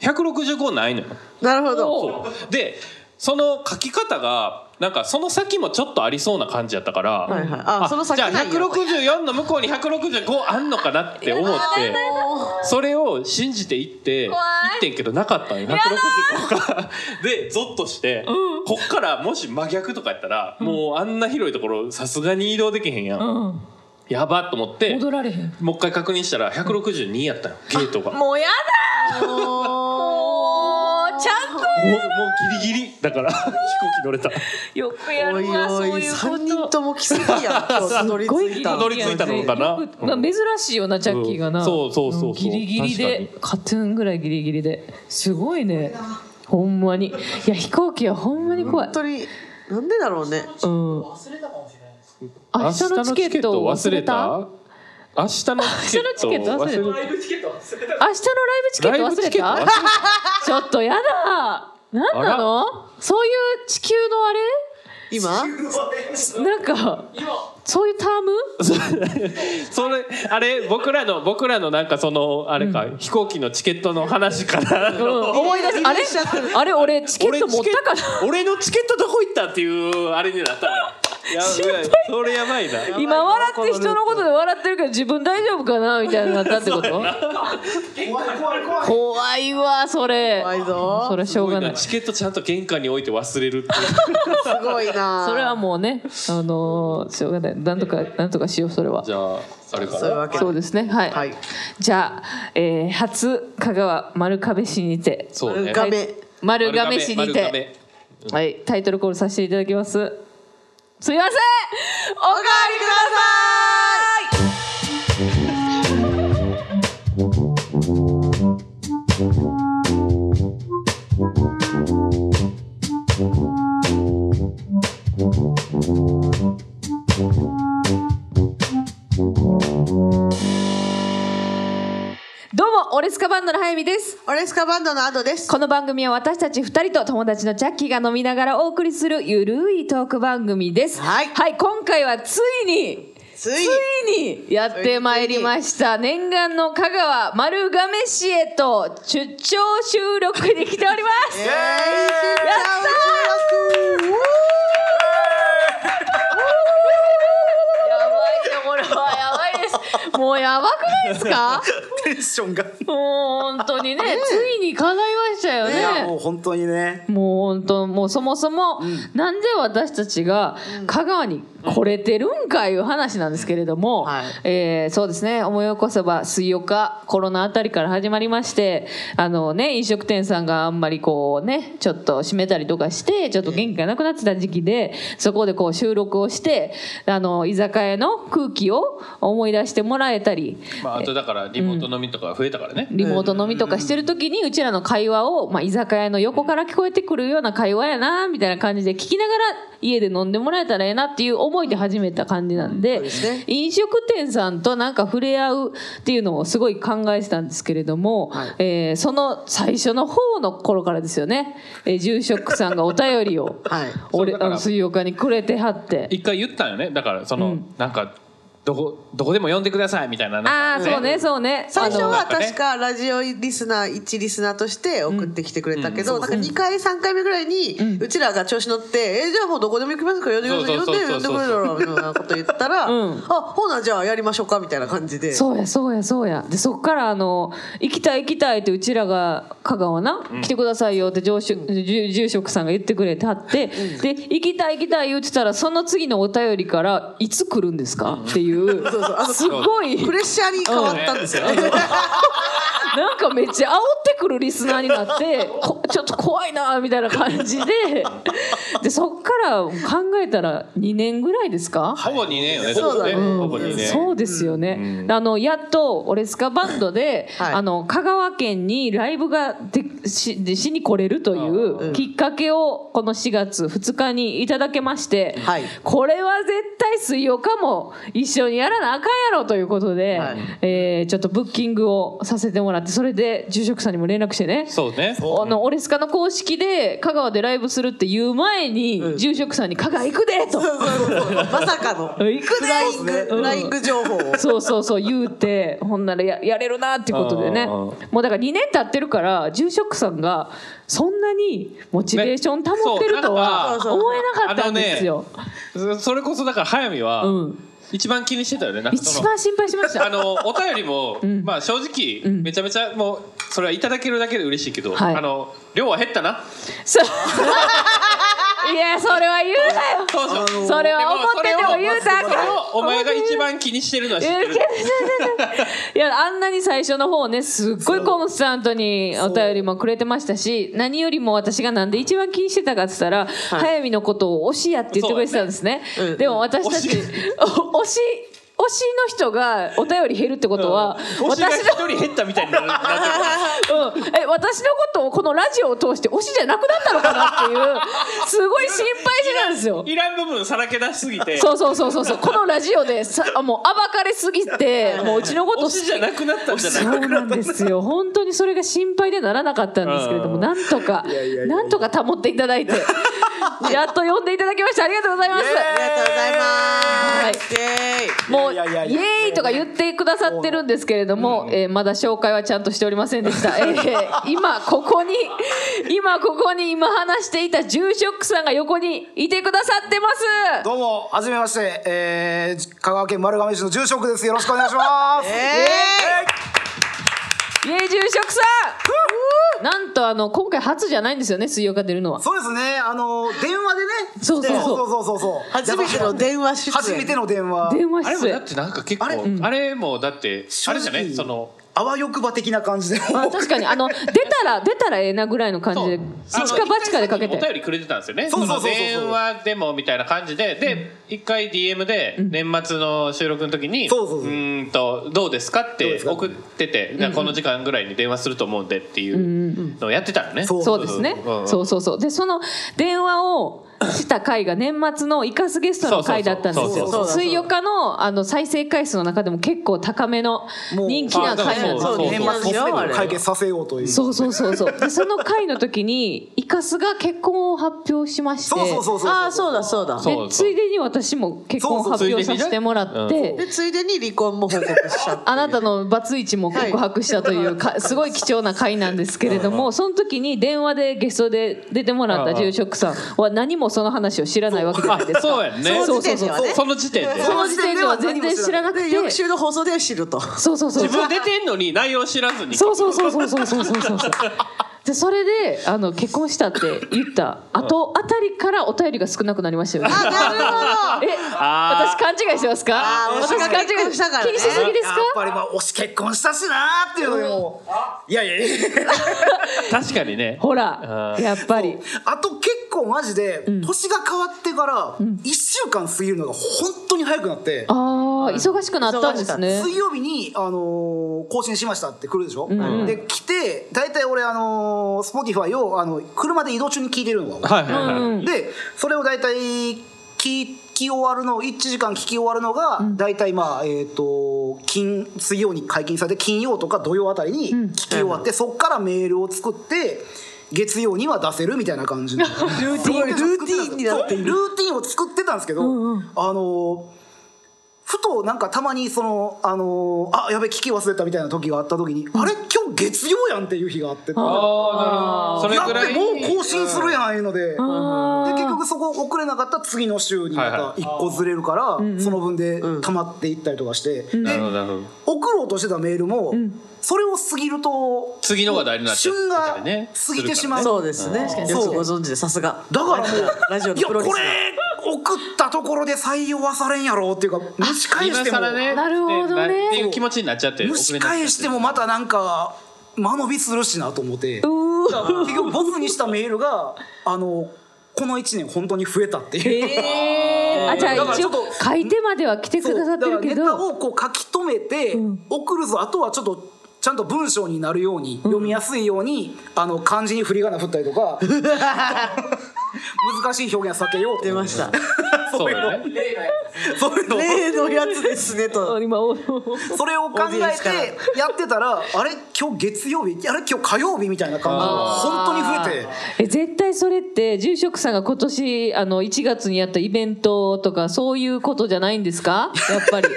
165ないのよ
なるほど
おー
でその書き方がなんかその先もちょっとありそうな感じやったから、
はいはいあその先
じゃあ
ないよ
164の向こうに165あんのかなって思って それを信じていって行
怖い
ってんけどなかったのよ165が でゾッとして、こっからもし真逆とかやったら、もうあんな広いところさすがに移動できへんやん、
うん
やばっと思って
戻られへん
もう一回確認したら162やったよゲートがもうも
もうやだもうちゃんと
うギリギリだから飛行機乗れた
よくや
おい
るわそう
おい
いうこ
三人
と
とも奇跡やん今日たどり着いた
たどり着いたのかな
よくまあ、珍しいよなジャッキーがな、
うんそうそうそうそうん
ギリギリで
確
カトゥーンぐらいギリギリですごいねほんまにいや飛行機はほんまに怖い
本、当になんでだろうね
うん、明
忘れたかもしれないです。
日のチケットを忘れた
明日のチケット
明日のチケット忘
忘
れた
れ
ライブチケット忘れた。
明日のライブチケット忘れた
ライブチケット忘れ
ちょっとやだなんなのそういう地球のあれ
今
なんかそういうターム
それあれ僕らの僕らのなんかそのあれか、飛行機のチケットの話から
うん思い出
リ
す
リ
あ
ー
れ
スしちゃってる
あれ俺チケッ
俺
ト持ったか
チ
ら
ケット俺のチケットどこ行ったっていうあれになったの よいやばいそれやばいな
今笑って人のことで笑ってるけど自分大丈夫かなみたいになったってこと
怖い怖い怖い。
怖いわそれ
怖いぞ
それはし
す
ょう
ご
が
い
な
ないチケットちゃんと玄関に置いて忘れるっていう
すごいな
それはもうねあのーしょうがないなんとかなんとかしようそれは
じゃああれか
そういう
な
わけ
そうですねはい、
はい
じゃあ、えー初香川丸亀市にて
そう
丸
ね
亀
はい丸亀市に
丸亀
てはいタイトルコールさせていただきますすいませんおかわりくださいどうもオレスカバンドの早見です
オレスカバンドのアドです
この番組は私たち二人と友達のジャッキーが飲みながらお送りするゆるいトーク番組です。
はい
今回はついに
つ
つ
い
いにやってまいりました念願の香川丸亀市へと出張収録に来ております。
やったー
やばいねこれはやばいです。もうやばくないですか？
テンションが。
もう本当にねついに叶いましたよ
いやも
ね
う本当にね。
もう本当もうそもそも、なんで私たちが香川に来れてるんかいう話なんですけれども、
はい
えーそうですね思い起こせば水曜日コロナあたりから始まりましてあのね飲食店さんがあんまりこうねちょっと閉めたりとかしてちょっと元気がなくなってた時期でそこでこう収録をしてあの居酒屋の空気を思い出してもらえたり、
まああとだからリモート飲みとか増えたからね、
リモート飲みとかしてる時にうちらの会話を、まあ、居酒屋の横から聞こえてくるような会話やなみたいな感じで聞きながら家で飲んでもらえたらええなっていう思いで始めた感じなんで,、
ですね
飲食店さんとなんか触れ合うっていうのをすごい考えてたんですけれども、
はい
えーその最初の方の頃からですよね、えー住職さんがお便りを
はい
俺
そうだから
あの水曜日にくれてはって。
一回言ったんよねだからその、
うん
なんかどこどこでも呼んでくださいみたいななんか
ああーそうねそうね
最初
あ
は
のなんかね
確かラジオリスナー1リスナーとして送ってきてくれたけど、なんか2回3回目ぐらいに、うちらが調子乗って「えじゃあもうどこでも行きますから呼んでください呼ん
そうそう
で
そ
呼でく
うんそう
れるだろ」みたいなこと言ったら「
うん
あほなじゃあやりましょうか」みたいな感じで
そうやそうやそうやでそっからあの「行きたい行きたい」ってうちらが香川な、来てくださいよって上司住住職さんが言ってくれてはって、で「行きたい行きたい」言ってたらその次のお便りから「いつ来るんですか?」ってい う
そうそうあの
すごい
プレッシャーに変わったんですよ、 ね
なんかめっちゃ煽ってくるリスナーになってこちょっと怖いなみたいな感じででそっから考えたら2年ぐらいですか
ほぼ2年よね
そうだね
ねほぼ2年
そうですよね、あのやっとオレスカバンドで、
はい
あの香川県にライブがでしでしに来れるというきっかけをこの4月2日にいただけまして、
はい
これは絶対水曜かも一緒にやらなあかんやろということで、
はい
えーちょっとブッキングをさせてもらってそれで住職さんにも連絡してね
そうね
あのオレスカの公式で香川でライブするっていう前に、住職さんに「香川行くで!」 と。
まさかの
行く
フライング、
うん
フライング情報を。
そうそうそう言うてほんならややれるなっていうことでね
うんうんうん
もうだから2年経ってるから住職さんがそんなにモチベーション保ってるとは
そうな
ね
んか
思えなかったんですよ。
そそれこそだから早見は、
うん
一番気にしてたよねなんか
一
その
番心配しまし た
あ。のお便りも、
ん
まあ正直、
ん
めちゃめちゃもうそれはいただけるだけで嬉しいけど、
はい
あの量は減ったな
そういやそれは言うなよ。
そうそうでも
それは思ってても言うたらあ
それ
かん
をお前が一番気にしてるのは知ってる
いやあんなに最初の方ねすっごいコンスタントにお便りもくれてましたし何よりも私がなんで一番気にしてたかって言ったら、早見のことを「推しや」って言ってくれてたんですね
そうだねうん
でも私たち
推
推
し
し推しの人がお便り減るってことは、
推し
私
が
の
一人減ったみたいになるなってる
うん、え私のことをこのラジオを通して推しじゃなくなったのかなっていうすごい心配してたんですよ。
いらん部分さらけ出しすぎて
そうそうそうそうそうこのラジオでさあもう暴かれすぎてもううちのこと好
推
き
しじゃなくなったんじゃない
そうなんですよ本当にそれが心配でならなかったんですけれども
うん
なんとかなんとか保っていただいてやっと呼んでいただきましてありがとうございます
ありがとうございます。イエーイ
もう
い
イ
やいやいやいや
エーイとか言ってくださってるんですけれども、えーまだ紹介はちゃんとしておりませんでした、えー今ここに今ここに今話していた住職さんが横にいてくださってます
どうも、はじめまして、えー、香川県丸亀市の住職です。よろしくお願いします。
え
イエーイ住職さんなんとあの今回初じゃないんですよね水曜日出るのは
そうですね、あの、電話でね。
そうそうそう
そうそうそうそう。
初めての電話出演。
初めての電話。
電話
あれも
室へ
だってなんか結構
あ
あ
れ
れ,、
う
もだってあれじゃねその
あわよくば的な感じで。
あ確かにあの出たら出たらええなぐらいの感じで
そう
一か八かでかけ
あの一回さっきもお
て
便りくれてたんですよね
そうそうそうそう
の電話でもみたいな感じでで一回 DM で年末の収録の時に
そうそうそう
ーんとどうですかっ
どうで
て
すか
送っててじゃあこの時間ぐらいに電話すると思うんでっていうのをやってたのね
そう
そうですね
うん
そうそうそうでその電話をした回が年末のイカスゲストの回だったんで
そ
す
うそう
よ
そうそう
水曜日のあの再生回数の中でも結構高めの
もう
人気な回なん
あ
です
だから
よ
そう
年末突然解決させようという。
そうそうそうそうでその回の時にイカスが結婚を発表しまして
そうそうそうそう。
ああそうだそうだ。
そう
でついでに私も結婚を発表させてもらって。
そうそうついでに
でついでに離婚も報告しちゃっ
あなたのバツイチも告白したというか、すごい貴重な回なんですけれども、その時に電話でゲストで出てもらった住職さんは何ももその話を知らないわけじゃないです
あ
か
そうやんね
その時点ではね
その時点で
その時点では全然知らなく
で
て
翌週の放送で知ると。
そうそうそう
自分出てんのに内容知らずに
そうそうそうそうそうそうそうそうそう。でそれであの結婚したって言った後あたりからお便りが少なくなりましたよね。
あなるほど。
え、
あー
私勘違いしてますか
あ？ー
私
私が
勘違い
結婚したからね
気にしすぎです
や
か
っ？ぱりまあ推し結婚したしなーっていうのにもういやいやいや
確かにね
ほ
あ
ら
ー
やっぱり
あと結構マジで年が変わってから1週間過ぎるのが本当に早くなって
ああ忙しくなったんですね。
水曜日に、あのー更新しましたって来るでしょ、
んうん
で来て大体俺、あのー、Spotify をあの車で移動中に聞いてるのが、
はいはいはい、
うん
でそれを大体聞き終わるの1時間聞き終わるのが大体まあえっ、と金水曜に解禁されて金曜とか土曜あたりに聞き終わって、そっからメールを作って月曜には出せるみたいな 感じのルー
ティンルーティンになっている
ルーティンを作ってたんですけど、あのふとなんかたまにそのあのあやべ聞き忘れたみたいな時があった時に、あれ今日月曜やんっていう日があって
ああなる
やっ
ほどそれぐらい
べもう更新するやんいうので。
あ
で
ー
結局そこ遅れなかったら次の週にま
はい
た
は
一個ずれるから、その分で溜まっていったりとかして、
な
で
るほどなるほど
送ろうとしてたメールも、それを過ぎると
次のが大事になっちゃ
旬
った
が
りね
過ぎてしまう
そうですね。
かに
よくご存知でさすが。
だからもう
ラジオ
い
の
や
プ
こ
ロ
れ
レス。
送ったところで採用はされんやろうっていうか蒸し返
今
しても、
更ね
なるほどね
っていう気持ちになっちゃって
蒸し返してもまたなんか間延びするしなと思ってだから結局ボスにしたメールがあのこの1年本当に増えたっていう。
えーあじゃあ
だから
一
ちょ
応
っと
書いてまでは来て
そ
くださってるけ
うだから
ど。
ネタをこう書き留めて送るぞ、あとはちょっとちゃんと文章になるように、読みやすいようにあの漢字に振り仮名振ったりとか難しい表現は避けようって
出ました。
そうよね
例のやつ
そういうのを
例のやつですねと。
今お
それを考え
オーディエンスから
てやってたらあれ今日月曜日あれ今日火曜日みたいな感じが本当に増えて
え絶対それって住職さんが今年あの1月にやったイベントとかそういうことじゃないんですかやっぱ り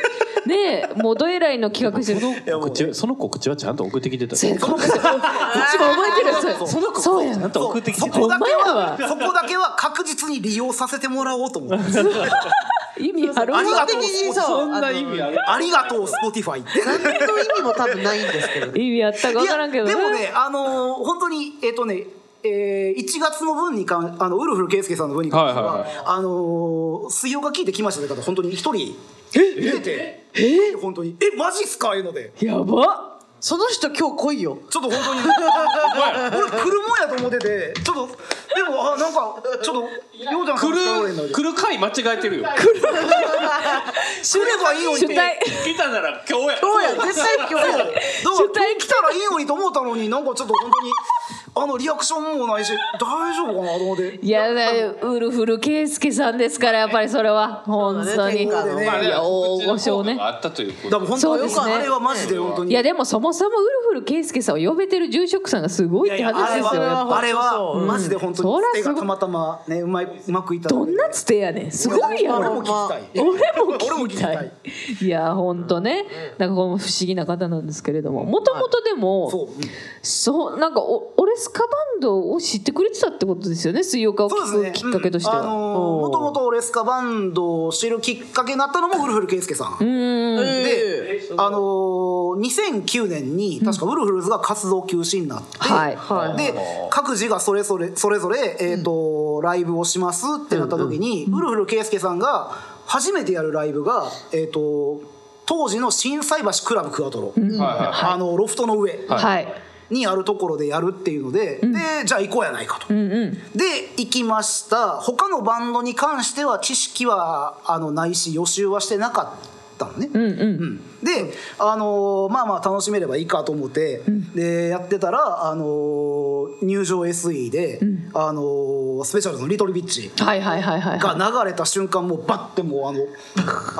ねえもうどえらいの企画してる
告知その告知はちゃんと送ってきてた
せやこっちも覚えてるやつそうや
ちゃんと送ってき
そ
てた
こだけ
ほんまや
は
わ
そこだけは確実に利用させてもらおうと思って
意味ある
ありがと
基本
う
的にそう
そんな意味ある
ありがとう Spotify って。
何の意味も多分ないんですけどね。
意味あったか分からんけど
いやでもねあのー本当にえっ、とねえー、1月の分に関あのウルフル圭介さんの分に関しては、
はいはい
あのー水曜が聞いてきましたって方本当に一人出ててえ本当にえマジっすかいうので
やばっ
その人今日来いよ。
ちょっと本当に俺来るもんやと思っててちょっとでもあなんかちょっとようちゃんさん
来
も来れんの
る
で
来る回間違えてるよ
主
来ればいいのにどう
体
来たなら今日や
今日や絶対今日や。
主体
来たらいいのにと思ったのになんかちょっと本当にあのリアクションもないし大丈夫かなと思って
いやねウルフル圭介さんですからやっぱりそれは本当にい
そうだね天下の
や大御所
告知の効果
ね
があったということ
だから本当
そう
よ
です
く
ね
あれはマジで本当に
いやでもそもそもウルフル圭介さんを呼べてる住職さんがすご
い
いって話ですよ
あれ
やっ
はあ
ぱ
れはマジで本当に
そりゃ
手
すごい
がたまたまねうまいうまくいっただけ
ど
で
んなつてやねんすごいや
俺
ろ
も聞きたい
俺も
俺
聞
も聞
き
き
た
た
い
い。
いや本当ね、なんかこの不思議な方なんですけれども、もともとでも、
そう
そうなんかおオレスカバンドを知ってくれてたってことですよね、水曜化を
そう
聞く
ですね
きっかけとしては。
うんあのーもともとオレスカバンドを知るきっかけになったのもウルフル圭介さん
で、
で、あのー2009年に確かウルフルズが活動休止になって、
はい
はい
で各自がそれぞれそれぞれ、えーとライブをしますってなった時に、ウルフル圭介さんが初めてやるライブが、えー、と当時の心斎橋クラブクアトロ、
はいはい
あのロフトの上
はい。
にあるところでやるっていうので、でじゃあ行こうやないかと。で行きました他のバンドに関しては知識はあのないし予習はしてなかったのね。うんで、あのーまあまあ楽しめればいいかと思って、でやってたら、あのー入場 SE で、あのースペシャルの「リトルビッチ」
はいはいはいはい
が
は
流れた瞬間もうバッてもうあの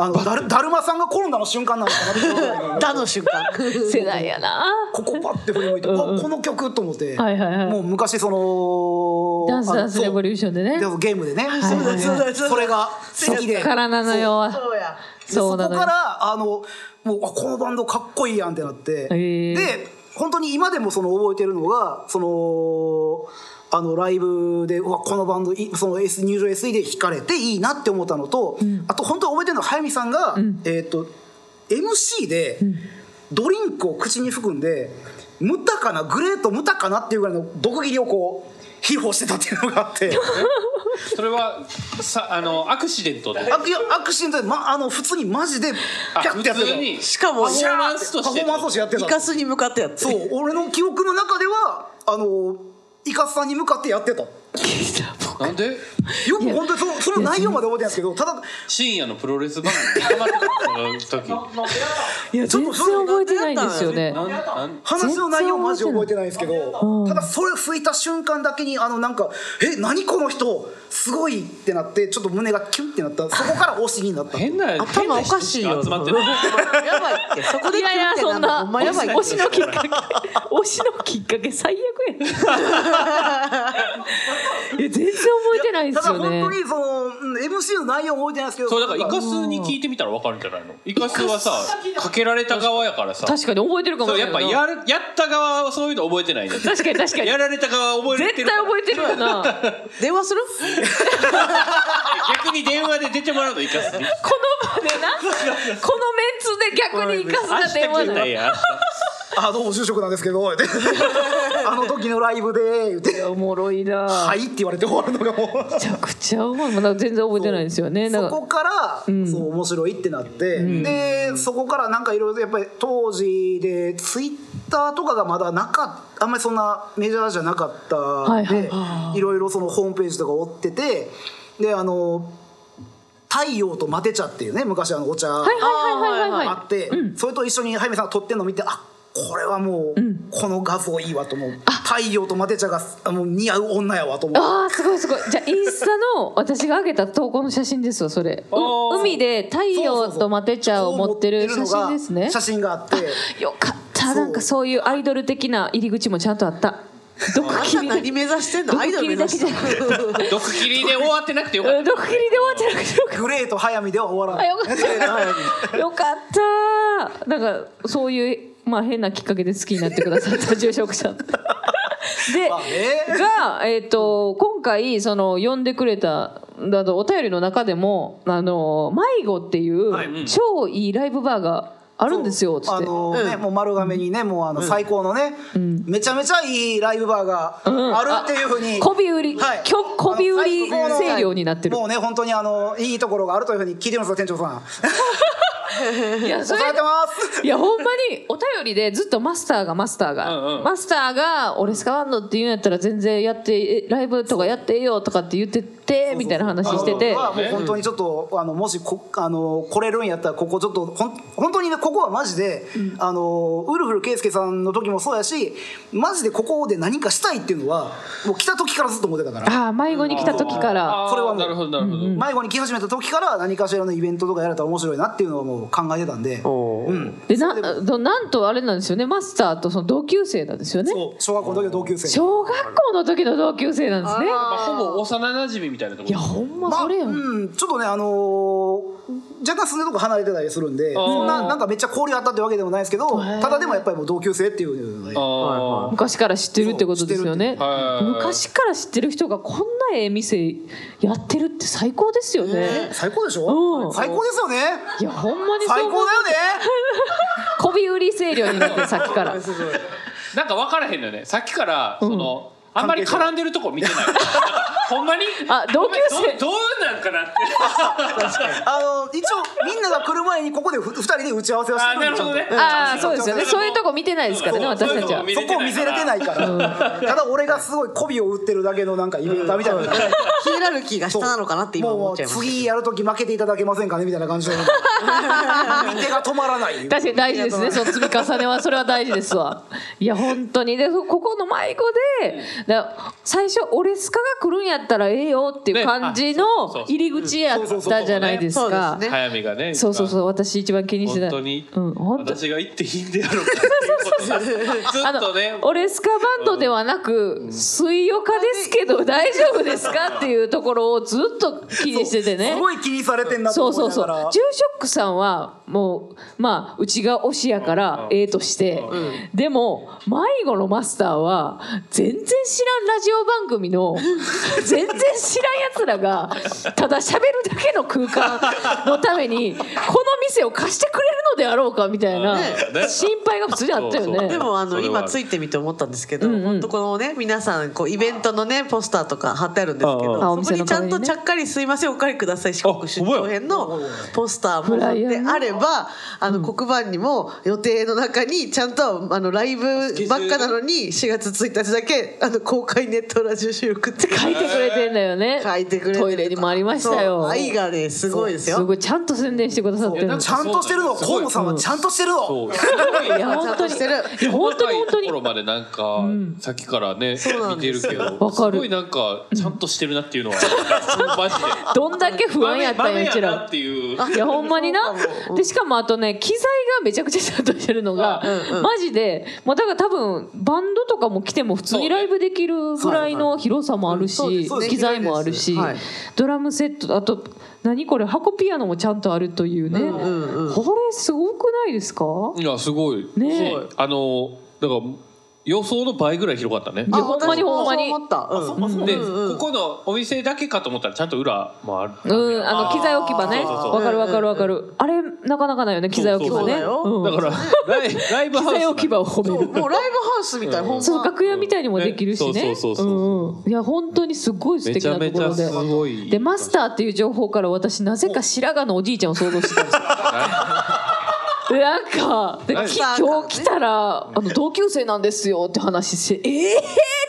あのだるだるまさんが転んだの瞬間なのかなって 思ったんだけど
だの瞬間。
い。世代やな。
ここパッて振り向いて、あこの曲と思って、
はいはいはい
もう昔その
ダンスダンスレボリューションでね
あのそうゲームでね、
そうだそうだ
それが好きで
からなのよ。
そうや。
で
そ
そ
う
こ
な
か
のよ。
らあのもうあこのバンドかっこいいやんってなって、
へー
で本当に今でもその覚えてるのがそのあのライブでうわこのバンドいその S 入場 SE で弾かれていいなって思ったのと、あと本当覚えてるのは早見さんが、えっ、と MC でドリンクを口に含んで「ムタかなグレートムタかな」っていうぐらいの毒斬りをこう披露してたっていうのがあ って。
それはさあのアクシデントで
アクいやアクシデントで、ま、あの普通にマジで
あ
キャッ
普
てやって
通
た
に
しかも
パ
パ
フ
フ
ォ
ォー
ーマ
マ
ン
ン
ス
ス
と
と
し
してて
パフォーマンスとしてやってた
イカスに向かってやって
そう俺の記憶の中ではあのイカスさんに向かってやってたよ
なんで
く本当にそのその内容まで覚えてないんですけどただ
深夜のプロレス番組にハマってた時
飲んでやったの
いや
ちょっ
全然
とそれ
覚えてないんですよね
なんなん
話の内容マジ
全然覚
覚え
え
てないんですけ
う
ど
ん
ただそれ吹いた瞬間だけにあのなんか「え何この人すごい!」ってなってちょっと胸がキュンってなったそこから推しになった
変な変
頭
な
お
人
か
た
し
ち
いよ
が集まってる
やばいってそこで
いやいやそんな
ほんまやばいって
推しのきっかけ推しのきっかけ最悪やいや全然覚えてないです
ただ
よ
本
ね
当にそのうん MC の内容覚えてないんですけど
そうだからイ
なん
カスに聞いてみたらわかるんじゃないのイカスはさかけられた側やからさ
確かに覚えてるかも
そう
しれ
やっ
な
ぱ
い
やるやった側はそういうの覚えてないんだよ
確かに確かに
やられた側は覚えて
絶対
るから
覚えてるよなこの
電話する
逆に電話で出てもらうのイカスに
場でなこのメンツで逆に生かす
明
な
日
電話
来ん
だ
な
よ
や
あどうも住職なんですけど」って あの時のライブで」言って
おもろいな、
「はい」って言われて終わるのがもう。
めちゃくちゃ重いまだ全然覚えてないですよねだ
そ
から
こから、そう面白いってなって、でそこからなんかいろいろやっぱり当時でツイッターとかがまだなかったあんまりそんなメジャーじゃなかったで、
はい
い
はい
ろいろそのホームページとか追っててであの「太陽とマテ茶」っていうね昔あのお茶
はいはいはいはいはい
あって、それと一緒に早見さんが撮ってるのを見てあこれはもう、この画像いいわと思う太陽とマテ茶があの似合う女やわと思う
あーすごいすごいじゃあインスタの私が上げた投稿の写真ですわそ れう
おー
海で太陽とマテ茶を持ってる写真ですね
写真があって
よかった
そう
なんかそういうアイドル的な入り口もちゃんとあった毒
あん
切
た
りだ
何目指してんのアイドル目指して ん
ド
の
毒切りで終わってなくてよかっ
うん毒切りで終わってなくてよかっ
グレーと早見では終わ
た
ら
あ
ない
よか ったよかったなんかそういうまあ変なきっかけで好きになってくださった住職 さんで、
まあね
が、えっと今回その呼んでくれただとお便りの中でもあの迷子っていう超いいライブバーがあるんですよつっ
あ
て。
のね、もう丸亀にねもうあの最高のね、めちゃめちゃいいライブバーが
ん
あるっていうふうに、
媚び売り、
はい
きょ媚び売り
あの最高の
声量になってる
もうね本当にあのいいところがあるというふうに聞いてますよ店長さん
いやそ
押
れ
されてます
いやほんまにお便りでずっとマスターがマスターが、
うんうん
マスターが「俺スカバンドって言うんやったら全然やってえライブとかやってええよ」とかって言っててみたいな話してて
あのもう本当にちょっとあのもしこあの来れるんやったらここちょっとほん本当にねここはマジで、あのウルフル圭介さんの時もそうやしマジでここで何かしたいっていうのはもう来た時からずっと思ってたから。
ああ迷子に来た時から
た
それはもう
なるほどなるほど、
迷子に来始めた時から何かしらのイベントとかやれたら面白いなっていうのはもう考えてたんで、うん、
でなどなんとあれなんですよねマスターとその同級生なんですよね
そう小学校の時の同級生
小学校の時の同級生なんですね
まあ、ほぼ幼馴染みたいなとこ
いや
ろ
ほんま
まあ、
そうれやん、
ん、ちょっとねあのー若干住んでるとこ離れてたりするんで
ー
そんななんかめっちゃ交流あったってわけでもないですけどただでもやっぱりもう同級生っていうので
あー
昔から知ってるってことですよね
そう知ってるってはい
昔から知ってる人がこんなええ店やってるって最高ですよね、
最高でし
う
ょ
ん
最高ですよね
いやほんまにそう
最
思
高
う
だよね
こび売り声量になってるさっ きから
すごい
なんか分からへんのよねさっきからその、あんまり絡んでるとこ見て ないなんかほんまに
あ同級生
どどうなんかなって
あの一応みんなが来る前にここでふ二人で打ち合わせはして
あ
る
ー
んで
なるほどね
ちゃんと
ああそうですよね
ちょっと
そういうとこ見てないですからね
そうそう
私たちは
そういう
そこを見せれてないから、ただ俺がすごい媚びを打ってるだけのなんかイベントみたいな、
ヒエラルキーが下なのかなって今
も
思っ
う
ちゃいます
次やるとき負けていただけませんかねみたいな感じで見手が止まらない
確かに大事ですねその積み重ねはそれは大事ですわいや本当にでここの迷子でだ最初「オレスカが来るんやったらええよ」っていう感じ
ねあ
の
そうそうそう
入り口やったじゃないです
そ
か
うですね
早見がね
そうそうそう私一番気にしてた
本当に、
うん本当
私が行っていいんでやろうかず っとね
オレスカバンドではなく、水曜化ですけど大丈夫ですかっていうところをずっと気にしててね
す。ごい気にされてんなと
そう
思
そ
いうな
そう
が
ジュ
ら
ーショックさんはもうまあうちが推しやから
うん
ええとしてでも迷子のマスターは全然知らんラジオ番組の全然知らんやつらがただ喋るだけの空間のためにこの店を貸してくれるのであろうかみたいな
ね
心配が普通にあったよ
そうそう
ね
で。もあ
そ
の
れはあ
今
る
ついてみて思ったんですけど、
うんうん
本当このね皆さんこうイベントのねポスターとか貼ってあるんですけ
あ
ど、
あ
あお
そこ
店
にちゃん
の代わりにね
とちゃっかりすいませんお借りください四
あほんま
国出
や
張編のポスターも貼っ
フライ
て
ヤーね
あればあの黒板にも予定の中にちゃんとあのライブばっかなのに4月1日だけあの公開ネットラジオ収録って書
書
い
い
て
てくれてんだよね。
書いてくれてる
トイレにもありました
そう
よ。
愛がねすごいですよ。
すごいちゃんと宣伝してくださってる
そ
の
う。
ちゃんとしてるの
すごい
河野さんはちゃんとしてるの
そうすごい
いや本当に
ちゃんとして
いや本当に本
細かい
当
ところ
に
までなんか、さっきからね
うなん
見
で
てる
す
けど
わかる
すごいなんかちゃんとしてるなっていうのは、 マジで
どんだけ不安やったんや うち
豆豆な
ら
っていう
いやほんまにな
そうかも
でしかもあとね機材がめちゃくちゃちゃんとしてるのがマジでもうだから多分バンドとかも来ても普通にライブできるぐらいの広さもあるし
そうですね
機材もあるし
はい
ドラムセットあと何これ箱ピアノもちゃんとあるというね
んうん
これすごくないですか
いやすごい
ねえ
しあのだから予想の倍ぐらい広かったね
いやほんまにほんまに
そう思った。うん
で、
うんうん
ここのお店だけかと思ったらちゃんと裏もある、
うん、あの機材置き場ね。
あーそうそうそう
わかるわかるわかる。あれなかなかないよね、機材置き場ね。
そう
うん
だからライライブ
機
ハウス
材置き場を褒める。
もうライブハウスみたい、ほんま
そう楽屋みたいにもできるしね
ね。そうそうそうそう
うんうんいや本当にすごい素
め
敵
ちゃ
な
め
とこ
ちゃ。
ろです
ごい
でマスターっていう情報から私なぜか白髪のおじいちゃんを想像してたんですよ。なんかで
マ
き
ス
ターからね
今日来たらあの同級生なんですよって話してええ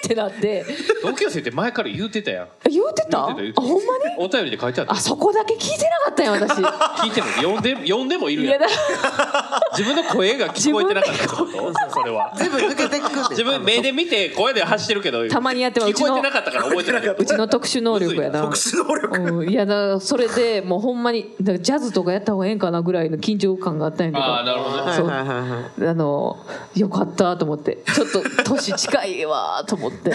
ー、ってなって
同級生って前から言うてたやん
言うてた
言うて
あ
た
ほんまに
お便りで書いてあった
あそこだけ聞いてなかったよ私。
聞いてる呼んで呼んでもいる
い
や
や
ん
だ
自分の声が聞こえてなか ったってことそれは
全部抜けていくんです
自分目で見て声で走ってるけど
たまにやってはう
聞
ち
こ
の
えてなかったから覚えてなかっ
うちの特殊能力やな。
特殊能力
うんいやだからそれでもうほんまにだからジャズとかやった方がええんかなぐらいの緊張感があったんやけど
たああーなるほどね
はいはいはいはい
あのよかったと思ってちょっと年近いわと 思って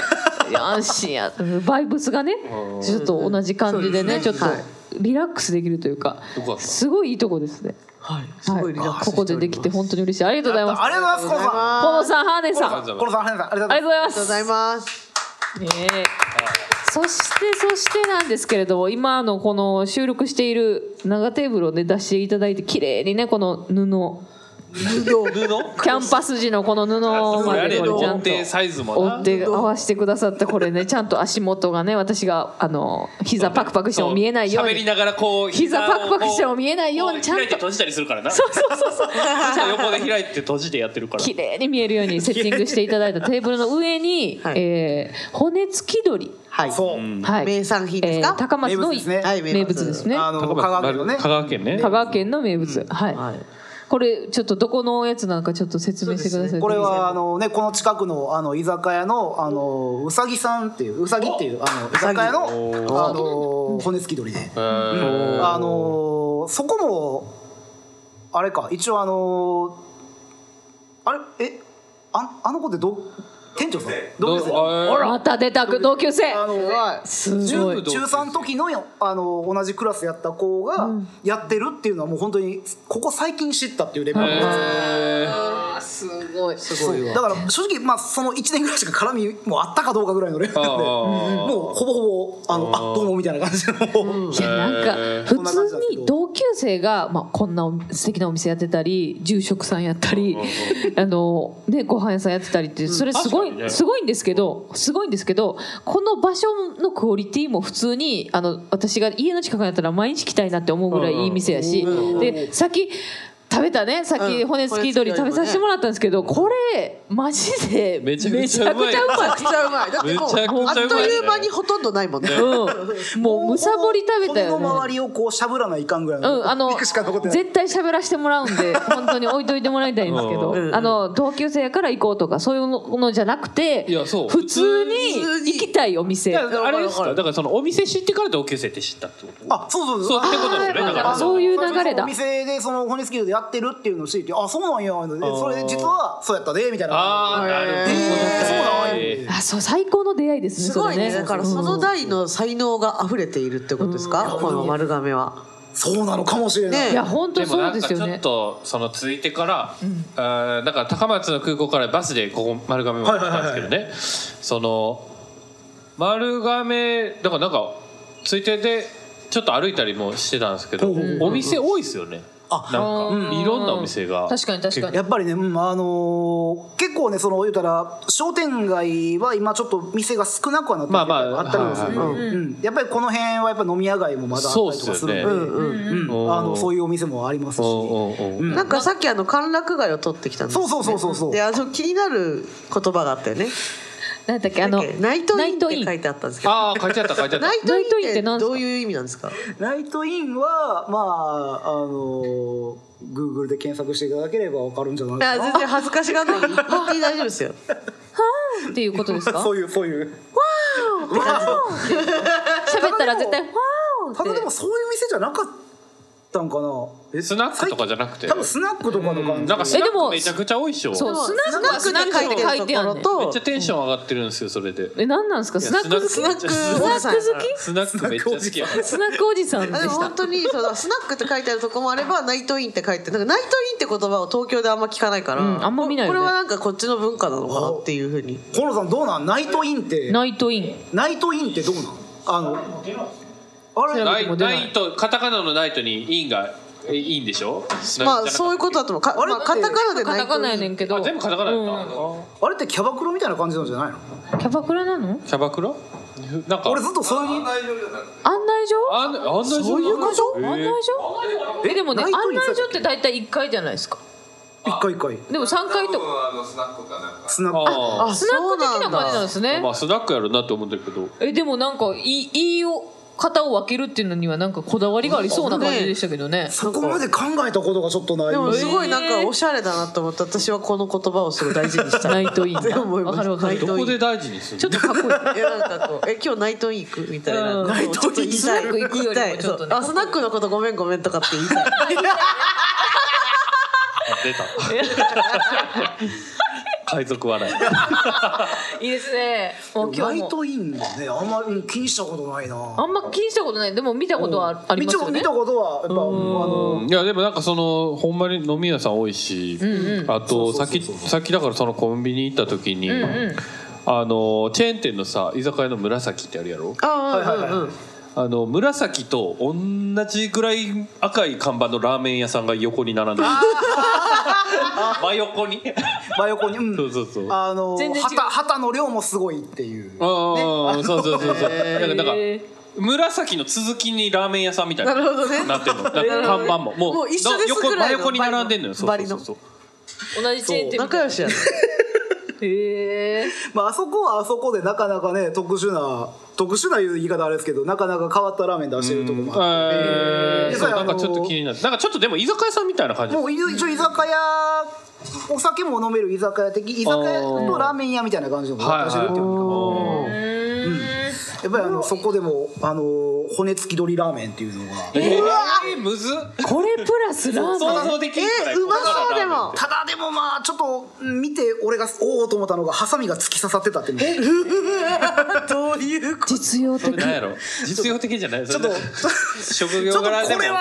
いや安心やバイブスがねちょっと同じ感じでねちょっと
はい
リラックスできるというか
よかった
すごいいいとこですね、
はい、す
は
ごい
い、
リラックス
ここでできて本当に嬉しいありがとうございます
ありがとうございま
河野さんハーネンさんあ
ありがとう
す
ご
河
ざい
野
ます
さんありがとうございます
りがとうござい
ありがとうご
ます
ざいます。
ねえそしてそしてなんですけれども今あのこの収録している長テーブルをね出していただいて綺麗にねこの布
布
キャンパス地のこの布
これ
ま
あ
で
れ
これちゃ
音
んと
程サイズも
折
な
って合わせてくださったこれねちゃんと足元がね私があの膝パクパクしても見えないよう
喋り
に
ながらこう
膝
をこう
パクパクしても見えないように
こ
ちゃんと
開いて閉じたりするからな
そうそうそうそう
ちゃんと横で開いて閉じてやってるから
綺麗に見えるようにセッティングしていただいたテーブルの上に、
はい
えー骨付き鳥、
はい、
そう、
はい、
名産品ですか
えー高松の
名物ですね
はい名物
名物ですね
あの香川県のね
香川県ね
香川県の名物、はい、
はい
これちょっとどこのやつなのかちょっと説明してください、
これはあのねこの近くのあの居酒屋のあのうさぎさんっていううさぎっていうあの居酒屋のあの骨付き鳥で、
へー
あのそこもあれか一応あのあれえああの子ってど店長さん同級生
ど
ほらまた出た同級生
あの
すごい
中中3時のよあの同じクラスやった子がやってるっていうのはもう本当にここ最近知ったっていうレベル
へ
です
ー
すごい
すごいわ。
だから正直まあその1年ぐらいしか絡みもあったかどうかぐらいのレベルなんで
あー
もうほぼほぼあのあどうもみたいな感じ
いやなんか普
のそんな感じなんです
通
け
に
ど
同級生が、まあ、こんなお素敵なお店やってたり住職さんやったりあの、ね、ご飯屋さんやってたりってそれすごい、
確かにね
すごいんですけどすごいんですけどこの場所のクオリティも普通にあの私が家の近くやったら毎日来たいなって思うぐらいいい店やしでさっき食べたねさっき
うん
骨付き鳥食べさせてもらったんですけどこれマジでめ
め
ち
ち
ゃ
ゃ
く
く
ち
ち
ゃ
ゃ
う
うま
まい
い。
めちゃくちゃうまい。だってもうあっ
めちゃくちゃうまいね
という間にほとんどないもんね。
うん、もうむさぼり食べたよ
骨の
ね
周りをこうしゃぶらないかんぐらいの、
うん、あの
肉しか残ってない
絶対喋らせてもらうんで 本当に置いといてもらいたいんですけど、
うん
あの同級生やから行こうとかそういうのじゃなくて
いやそう
普通
普通
に
に
行きたいお店。
だからあれですかだからそのお店知ってから同級生って知ったってこと
あそうそうそう
そうってことですね
あー
だから
そういう流れだ
お店でその骨付き鳥でややってるっていうのを聞いてあそうなんやで
ー
それで実はそうやったでみたいな
ああなるほど、
えーそう
なんや
えー
あそう最高の出会いですね
すごいね
それ
だからその代の才能が溢れているってことですか、この丸亀は。
そうなのかもしれない、
ね
いや本当
でも
そ
な
うんで
か
す
ち
よ
ょっ
ね
とその続いてから、あーだから高松の空港からバスでここ丸亀まで行ったんですけどね、その丸亀だからなんかついてでちょっと歩いたりもしてたんですけど、
ほうほう
お店多いですよね、
あ
なんかいろんなお店が
確かに確かに
やっぱりね、うんあのー結構ねその言うたら商店街は今ちょっと店が少なくはなってる
まあまあ
あったりもするけど、
はい
うんうんやっぱりこの辺はやっぱ飲み屋街もまだあったりとかするんで
そううん
うん
うん
うん
あのそういうお店もありますし、
おうおうおう
うん
なんかさっきあの歓楽街を取ってきたんですよね
そうそうそうそうそう
であの気になる言葉があったよね
何だっけあの
ナイトインって
ナイト
書
イン
いてあったんですけど
ああ書いてあった書いてあった
ナイトイン
ナイトイン
っ
って
て
何ですか
どういう意味なんですか
ナイトインはまああのー Google で検索していただければわかるんじゃな
あ
いかな
全然恥ずかしがらない 本当に大丈夫ですよって
っていうこ とですか
そういうそういう
感じで
喋ったら絶対「わーお!」
ただでも
って
そういう店じゃなかったんかなえ
スナックとかじゃなくて
多分スナックとかの感じ、
なんかスナ
えで
ッ
も
クめちゃくちゃ多いっしょ
そうスナック
スナックって書いてあるところ
め
めっ
と
ちゃテンション上がってるんですよそれで
え何なんですかスナック好き
ス
ス
ナ
ナ
ッ
ッ
ク
ク
おじさんや
好き
スナックめっちゃ好きや
スナックおじさんで
あでも
した
本当にそのスナックって書いてあるとこもあればナイトインって書いてなんかナイトインって言葉を東京であんま聞かないから、
うんあんま見ないよ
これ
ね
はなんかこっちの文化なのかなっていうふうに
河野さんどうなんナイトインって
ナイトイン
ナイトインってどうなんあのあれ
ナイナイトカタカナのナイトにインがえインでしょ
まあそういうことだと思うか、
あれ
まあ、カタカナでナ
カタ
イト
カ
イン
ナやねんけど
あ全部カタカナやった
あれってキャバクラみたいな感じなんじゃないの
うんキャバクラなの
キャバクラなんか
俺ずっとそういう
案内所
あんあんなそういう
こ
案内所えでもね
ナイ
案
トイン
内所って大体1回じゃないですか
一回一回
でも3回とか
あのスナックかなんか
スナック
あ
スナック的な感じなん
で
です
あ
ね
まあスナックやろうなって思うんだけど
えでもなんかいいいいを型を分けるっていうのにはなんかこだわりがありそうな感じでしたけどね
そこまで考えたことがちょっとない
でもすごいなん
え
か
ー
おしゃれだなと思って私はこの言葉をすごい大事にした
ナ
い
イトイン
って思いま
わ
す
かるわか
ナ
る
イ
ど
トイ
こ
ン
で大事にする
ちょっとかっこいい
えなんかこうえ今日ナイトイン行くみたいな、
うん
ナイトイン
スナック行くより
言
も
いたい
ちょっとね
そうあスナックのことごめんごめんとかって言いたい
出た海賊笑い
いいですねもう今
ナ
日
イ
も
トインねあんまり気にしたことないな
あんま気にしたことないでも見たことはありますよ
見
ね
たことはやっぱあの
いやでもなんかそのほんまに飲み屋さん多いし、あとさっきさっきだからそのコンビニ行った時に、あのチェーン店のさ居酒屋の紫ってあるやろ
あ
はいはい
ーうんうん
は
うん
あの紫と同じぐらい赤い看板のラーメン屋さんが横に並んでる 真横に
真横にう
そうんそうそうあ
あの
全然違う
旗旗の量もすごいっていう
あ、そうそうそうそう、なんかなんか
え
紫の続きにラーメン屋さんみたい
な
な
るほどね
なってんのなんか看板ももう
もう一緒です
横
ぐら
真
いの
横に並んでんのよそう
バ
そう
リ
そ
の
うそう
ー同じチェーン店みたい
仲良しやね
へえ
まああそこはあそこでなかなかね特殊な特殊な言い方あれですけどなかなか変わったラーメン出してるとこもあって
え
で
そう
そ
な
れ
んかちょっと気になるなんかちょっとでも居酒屋さんみたいな感じ
もう一応居酒屋お酒も飲める居酒屋的居酒屋とラーメン屋みたいな感じのことを出してるっていうのかな
はいはい
やっぱりあのそこでもあの骨付き鶏ラーメンっていうのが
えー、むずっ
これプラスラーメン
想像できる
えうまそうでも
ただでもまあちょっと見て俺がおおと思ったのがハサミが突き刺さってたっていうの
どういうこと
実用的
なんやろ実用的じゃないちょっ
と
職
ちょ
業
っと
柄でも
これは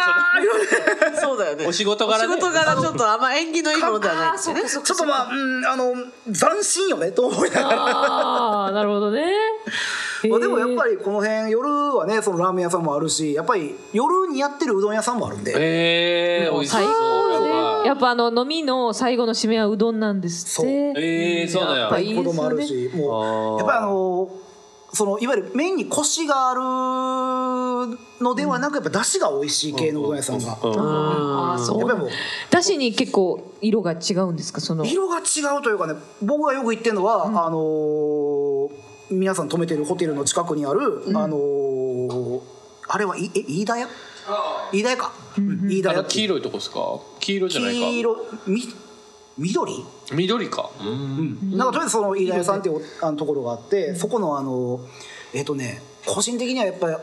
そうだよね
お仕事柄ね
お仕事柄ちょっとあんま縁起のいいものではないですね
ちょっとまあ、うん、あの斬新よねと思いなが ら。
ああなるほどね
まあでもやっぱ
り
りこの辺夜はねそのラーメン屋さんもあるしやっぱり夜にやってるうどん屋さんもあるんで
えー、美味しそう
最高
やっぱ
やっぱあの飲みの最後の締めはうどんなんですって
そうえーそうなんや
やっ
ぱ
ぱ
い
いい
こ
で
と
す
もあ
よ
る
ね
しもう
あー
やっぱりあのそのいわゆる麺にコシがあるのではなくやっぱ出汁が美味しい系のうどん屋さんがやっ
うん
ああそう
ぱりもう
だしに結構色が違うんですかその
色が違うというかね僕がよく言ってるのは、あのー皆さん泊めてるホテルの近くにある、あのーあれはいえ飯田屋飯田屋か、うん飯田
あ
屋
の
って
黄色いとこですか黄色じゃないか
黄色み緑、
緑かうん
なんかとりあえずその飯田屋さんっていうおあのところがあって、そこのあのえっ、とね個人的にはやっぱり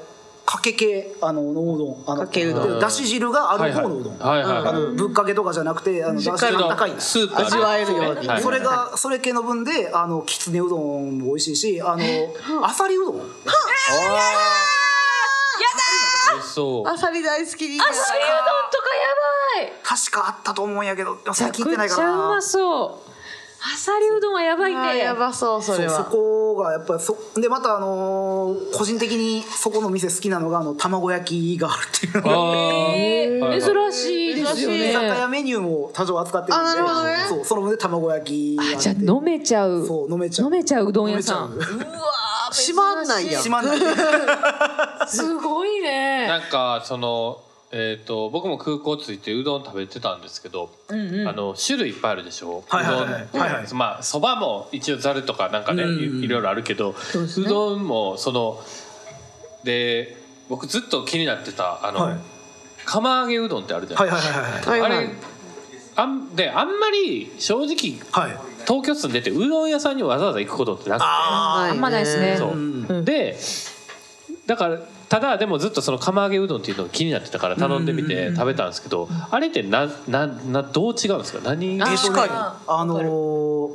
かけ系あのおうどんあの
かけうど
ん
だし汁があ
はい
る
は
方
い
のうどん、
はいはいはい
あのぶっかけとかじゃなくてあのだし
しっ
が
かりと
高い
スープ
味わえるように
はい
それがそれ系の分であのきつねうどんも美味しいしあのあさりうどん
美味しそう
あさり大好きに
あさりうどんとかやばい
確かあったと思うんやけどでもそれ
め
聞いてない
ちゃくち
か
ゃ
ら
う
な
まそうあさりうどんはやばい
あー
ね
やばそうそ
そ
れ
う
は
そこがやっぱりそでまたあのー個人的にそこの店好きなのがあの卵焼きがあるっていうのが
えー
はいはい
珍しいですよ
珍しい
居酒
ね
屋メニューも多少扱ってるんで
あなるほどね
そうその分で卵焼きがあ
あ
って
じゃあ飲めちゃう
そう飲めちゃう
飲めちゃううどん屋さん
飲
う
め
わ
ち
閉
ー
まんないやん
閉まんない
すごいね
なんかそのえっ、と僕も空港着いてうどん食べてたんですけど、あの種類いっぱいあるでしょ。
はいはいはいう
どん
はいはい
まあそばも一応ざるとかなんかね、いいろいろあるけど、う
ですね
どんもそので僕ずっと気になってたあの、
はい
釜揚げうどんってあるじゃな
はいいはい
は
はい
いは
あれ
い
あんであんまり正直
はいはい
東京住んでてうどん屋さんにわざわざ行くことってなくて。
あ
あんまないですね
そう、
ん
でだからただでもずっとその釜揚げうどんっていうのが気になってたから頼んでみて食べたんですけど、あれってなななどう違うんですか何
ー
あ
確かにあのー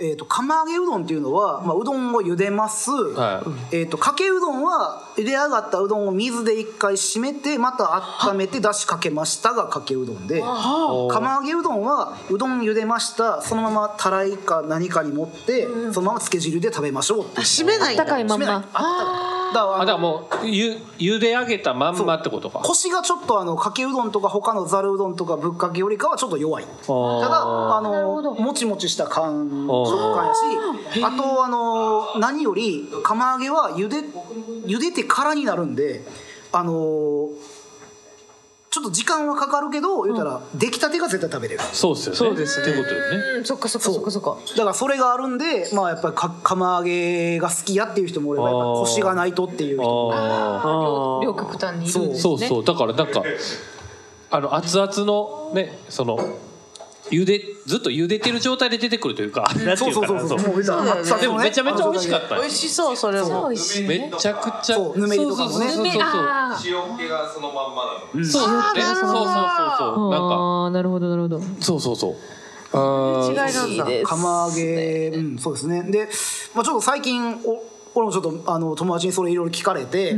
えー、と釜揚げうどんっていうのは、まあ、うどんを茹でます、
は
えー、とかけうどんは茹で上がったうどんを水で一回締めてまた温めてだしかけましたがかけうどんで
おー
釜揚げうどんはうどん茹でましたそのままたらいか何かに持ってそのままつけ汁で食べましょうっていう
閉めないんだ
高いまん
締めないあっ
ま
た
あだか
らだからら
もうゆゆで上げたまんまってことか
コシがちょっとあのかけうどんとか他のざるうどんとかぶっかけよりかはちょっと弱い
あー
ただあのもちもちした感
おー
食感やしあとあの何より釜揚げは茹で茹でてからになるんであのちょっと時間はかかるけど言うたら出来たてが絶対食べれる
そうですよねそうですってことよね
うんそっかそっかそっかそっか
だからそれがあるんでまあやっぱりか釜揚げが好きやっていう人もおればやっぱコシがないとっていう人も
あ
両両極端にいるん
ー
ですね
そうそうだからなんかあの熱々のねそのゆでずっと茹でてる状態で出てくるというか、なんて
そ
いううか
そう
な
そうそう
そう
もう言うた
そ
ら
うだよね
さっき
で
の
も
ね
めちゃめちゃ美味しかったよ
美味しそうそれも
美味しいね
めちゃくちゃ
そうぬめりとかもね
そうそうそうそうそう
あー
塩気がそのまんまなの。
そうそうそうそうそうなんか
あーなるほどなるほど
そうそうそうあ
違い
ー
なんだ
釜揚げ、うん、そうですねで、まあ、ちょっと最近お俺もちょっとあの友達にそれいろいろ聞かれて、あ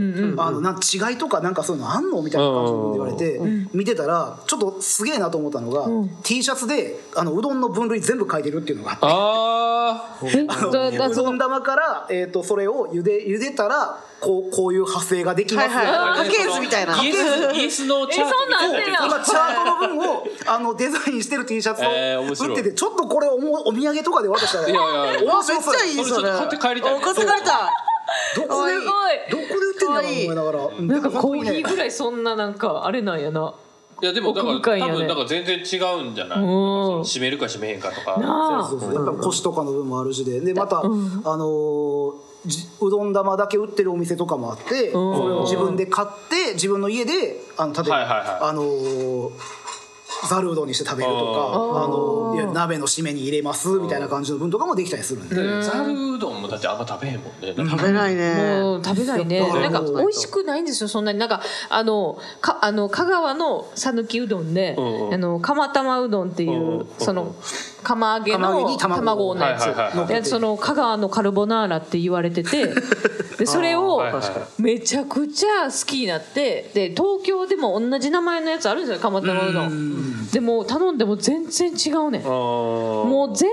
のなん違いとかなんかそういうのあんのみたいな感じで言われて、見てたらちょっとすげえなと思ったのが、T シャツであのうどんの分類全部書いてるっていうのがあって
あー
え
あ
だだ
のうどん玉から、えー、とそれを茹で茹でたらこうこういう派生ができますよ、
はいはい
みたいな
家系図みたいな
イエスイエスのチャートみたいな
えそんなんあんねや
今チャートの分をあのデザインしてる T シャツ
えー面
を
白い
売ってて、ちょっとこれおもお土産とかで渡したら
いやいやいや
め
面
っ
白そう
ちゃいいそれ
それちょっと買って帰りたい
お買って帰りたい
どこで
おい
すごい
どこで売ってんだろうと思いながら
なんかコーヒーぐらいそんななんかあれなんやな。
いやでもだから
奥深いよ
多
ね
分だから全然違うんじゃない
ん
閉めるか閉めへんかとか
な
そうそうやっぱり腰とかの部分もあるしででまた、あのーじうどん玉だけ売ってるお店とかもあってそれを自分で買って自分の家であの例えば、
はいはいはい
あのーざるうどんにして食べるとか
あ
あのいや鍋の締めに入れますみたいな感じの分とかもできたりするんで
ざるうどんもだってあんま食べへんもんね
食べない
あ。
ね
もう食べないね。
やっぱ
なんか美味しくないんですよ。そんなになんかあのかあの香川の讃岐うどんで、
うんうん
あの釜玉うどんっていう、
うんうん
その釜揚げ
釜揚げ
の
に卵
卵のや
は
つ、
いはいはいはい
でその香川のカルボナーラって言われてて、でそれを
はいはいはい
めちゃくちゃ好きになって、で東京でも同じ名前のやつあるんですよ。釜玉うどん。でも頼んでも全然違うねん。
も
もう全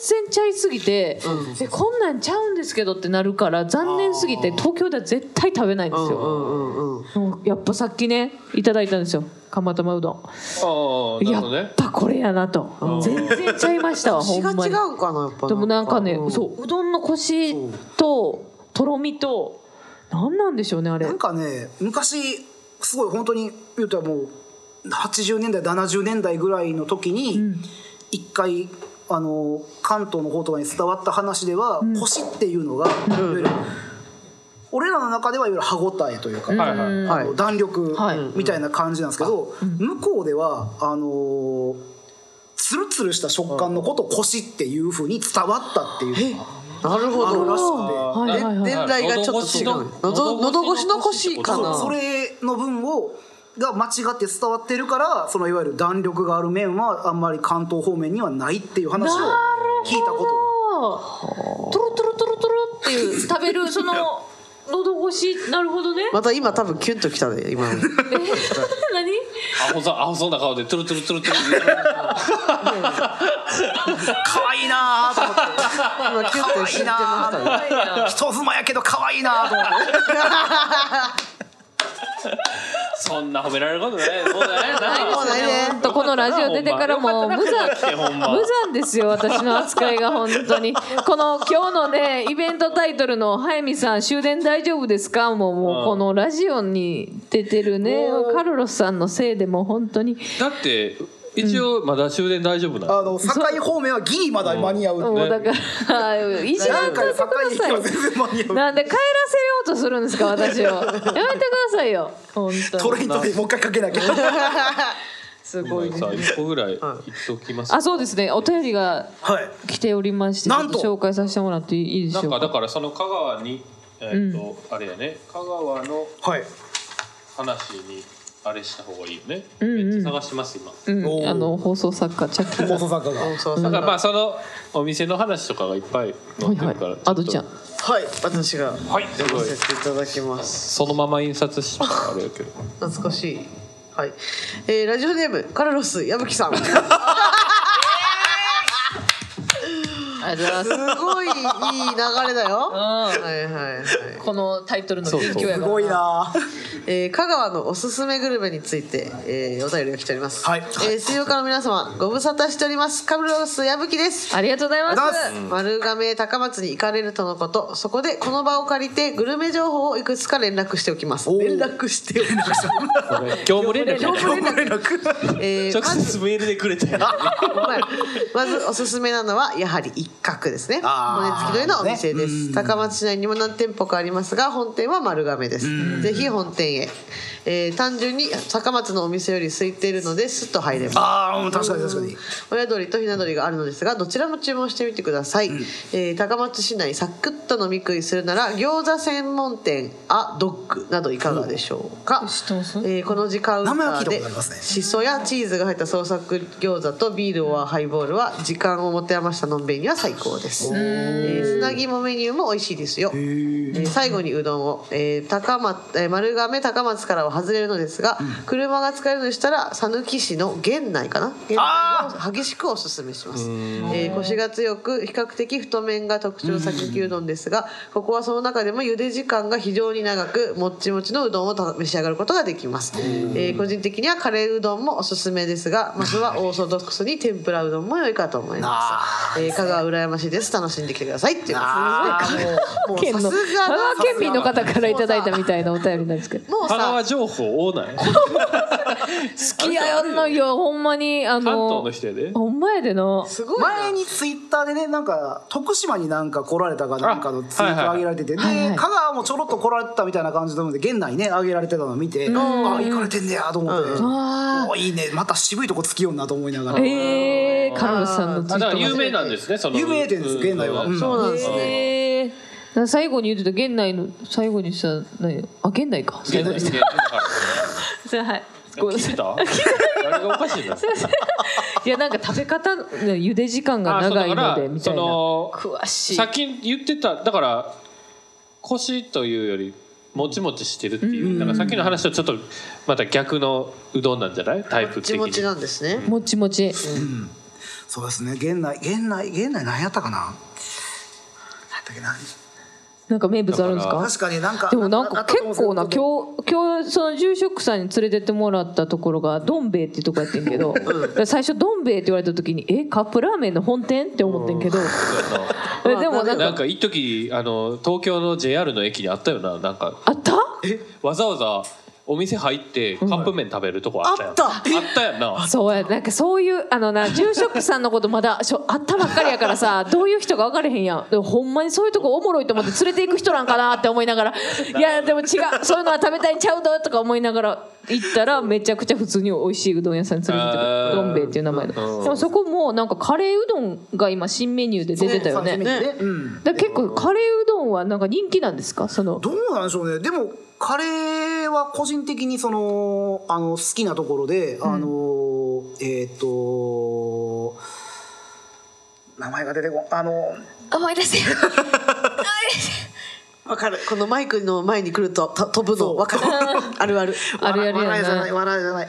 然ちゃいすぎて、えこんなんちゃうんですけどってなるから残念すぎて東京では絶対食べないんです
う
よ、
んうんうん
もうやっぱさっきねいただいたんですよ釜玉うどん、
ああなる
や
ほどね
っぱこれやなと全然ちゃいましたわほ
血
ん
が違
まに
うんかなやっぱ
でもなんかね、
う
そううどんのコシととろみと何なんでしょうねあれ
なんかね昔すごい本当に言うたらもう80年代70年代ぐらいの時に一回あの関東の方とかに伝わった話では「腰」っていうのがいわゆる俺らの中ではいわゆる歯応えというか。
はいはい
あの弾力
はい
みたいな感じなんですけど、向こうではあのー、ツルツルした食感のことを腰っていうふうに伝わったっていうのが
なるほ
あるらし
ど。
くて。
はいはいはい
年代がちょっと違う。喉喉越しの腰か
そ
な。
うそれの分をが間違って伝わってるからそのいわゆる弾力がある面はあんまり関東方面にはないっていう話を聞いたことが
トロトロトロトロっていう食べるその喉越しなるほどね。
また今多分キュンときたね 今の。
何？
アホそうアホそうな顔でトゥルトゥルトゥルトゥ
可愛いなーと 思って
今キュンと知ってましたね。
人妻やけど可愛いなーと思って
そんな褒められることないもうない
もう
な
ないね
ほんとこのラジオ出てからもう無
よ
残
かったなこ んな来てほんま
無残ですよ私の扱いが本当にこの今日のねイベントタイトルの「早見さん終電大丈夫ですか?」ももうこのラジオに出てるねカルロスさんのせいでもう本当に
だって一応まだ終電大丈夫なの
あの境方面はギリまだ間に合う
もうだからいじら
なんん
と
か
いて
ね
くだ
境に
さい
は全然間に合う
なんで帰らせようとするんですか私をやめてくださいよ本
ト
当
レイ
に
ントでもう一回かけなきゃ
すごいね
さ一個ぐらい言っておきます
あそうですねお便りが
はい
来ておりまして
なんと
ちょっ紹介させてもらっていいでし
な
ょ
ん
う
か
か
だからその香川にえっとあれやね香川の
はい
話にあれした方がいいよねめっちゃ探してます今
うん、あの放送作家チャッキー
放送作家がはい
そう
だ
そう
からまあそのお店の話とかがいっぱい載って
は
る
い
か
は
ら
いアドちゃん
はい私が
はいすごい
させていただきます。
そのまま印刷したからあれや けど
懐かしい。はい。えーラジオネームカルロス矢吹さん。す
ありがとうございます
ごいいい流れだよ。はいはいはい。
このタイトルの
そうそう
や
す
が
ごいなー
えー香川のおすすめグルメについて、えーお便りが来ております。
はい
えー水曜日の皆様、ご無沙汰しております。カルロス矢吹です。
ありがとうございます
ありがとうござい
丸亀高松に行かれるとのことそこでこの場を借りてグルメ情報をいくつか連絡しておきます
おー
連絡しておきます、
これ業務連絡やね
ごめんなく
えー
直
まず
接メールでくれたやん
はいまずおすすめなのはやはり一角ですね骨
あー
付き鳥のお店です、
ね
高松市内にも何店舗かありますが本店は丸亀ですぜひ本店へ、えー単純に高松のお店より空いているのですっと入れます
ああ確かに確かに
親鳥とひな鳥があるのですがどちらも注文してみてください、えー高松市内サクッと飲み食いするなら餃子専門店アドッグなどいかがでしょうか
知ってます
えーこの時カウンタ
名前は
ー
聞いたこ
で
とありますね
しそやチーズが入った創作餃子とビールはハイボールは時間を持て余したのんべいには最高です、えー、砂肝メニューも美味しいですよ、えー最後にうどんを、えー高松えー丸亀高松からは外れるのですが、車が使えるのでしたら讃岐市の源内かな源内を激しくおすすめします、えー、コシが強く比較的太麺が特徴の讃岐うどんですがここはその中でも茹で時間が非常に長くもっちもちのうどんをた召し上がることができます、えー個人的にはカレーうどんもおすすめですがまずはオーソドックスに天ぷらうどんも良いかと思います、えー、香川羨ましいです楽しんできてくださいっていう
あ
もう
県の
さ
香
すがだ
川県民の方からいただいたみたいなお便りなんですけど
もう
香川
さ
情報多ない
好きやよんのよほんまにあ
関東
の
の人やで
ほんまやでの
すごいな
前にツイッターでねなんか徳島になんか来られたかなんかのツイート上げられてて、
はいはい
で香川もちょろっと来られたみたいな感じなので現内ね上げられてたのを見て、あ行かれてんねやと思って、
あ
おいいねまた渋いとこつきようなと思いながら、
えー、カルロスさんのツイ
あ
ー
だか
ト
ら有名なんですねその
有名店です現代はうん
そうなんですね、
えー、だから最後に言ってた現代の最後にした何あ現代か
現代現代
それはいごめんなさ
聞
い
い た誰がおかしいんだ
いやなんか食べ方の茹で時間が長いのでみたいな
あそうだか
詳しい
さっき言ってただから腰というよりもちもちしてるっていうだからさっきの話とちょっとまた逆のうどんなんじゃないタイ
も
プ
ち
的
もち
に
なんですね、
もちもち
そうですね現内現内現内何やったかな何やったっけな
なんか名物あるんですか
確かになんか
でもなんか結構な
あったと思
今日今日その住職さんに連れてってもらったところがどん兵衛っていうとこやってんけどだから最初どん兵衛って言われた時にえカップラーメンの本店って思ってんけどえでもなん
なん
か
か一時あの東京の JR の駅にあったよななんか
あった
わざわざお店入ってカップ麺食べるとこあったやん、
あった
あったやんな
そうやなんかそういうあのな住職さんのことまだしょあったばっかりやからさどういう人か分かれへんやんでもほんまにそういうとこおもろいと思って連れていく人なんかなって思いながらいやでも違うそういうのは食べたいんちゃうぞとか思いながら行ったらめちゃくちゃ普通に美味しいうどん屋さんに連れてってく
あー
れどん兵衛っていう名前ので
うん
もそこもなんかカレーうどんが今新メニューで出てたよね
そう
だか
ね三種類でうん
ら結構カレーうどんはなんか人気なんですかその
どうなんでしょうねでもカレーは個人的にそのあの好きなところで、あのえっ、と名前が出てこんあの
思い出せ思い出せ
わかるこのマイクの前に来るとと飛ぶ
そ
の
う
わかるあるある
あるやるや
笑いじゃな
ない
笑いじゃない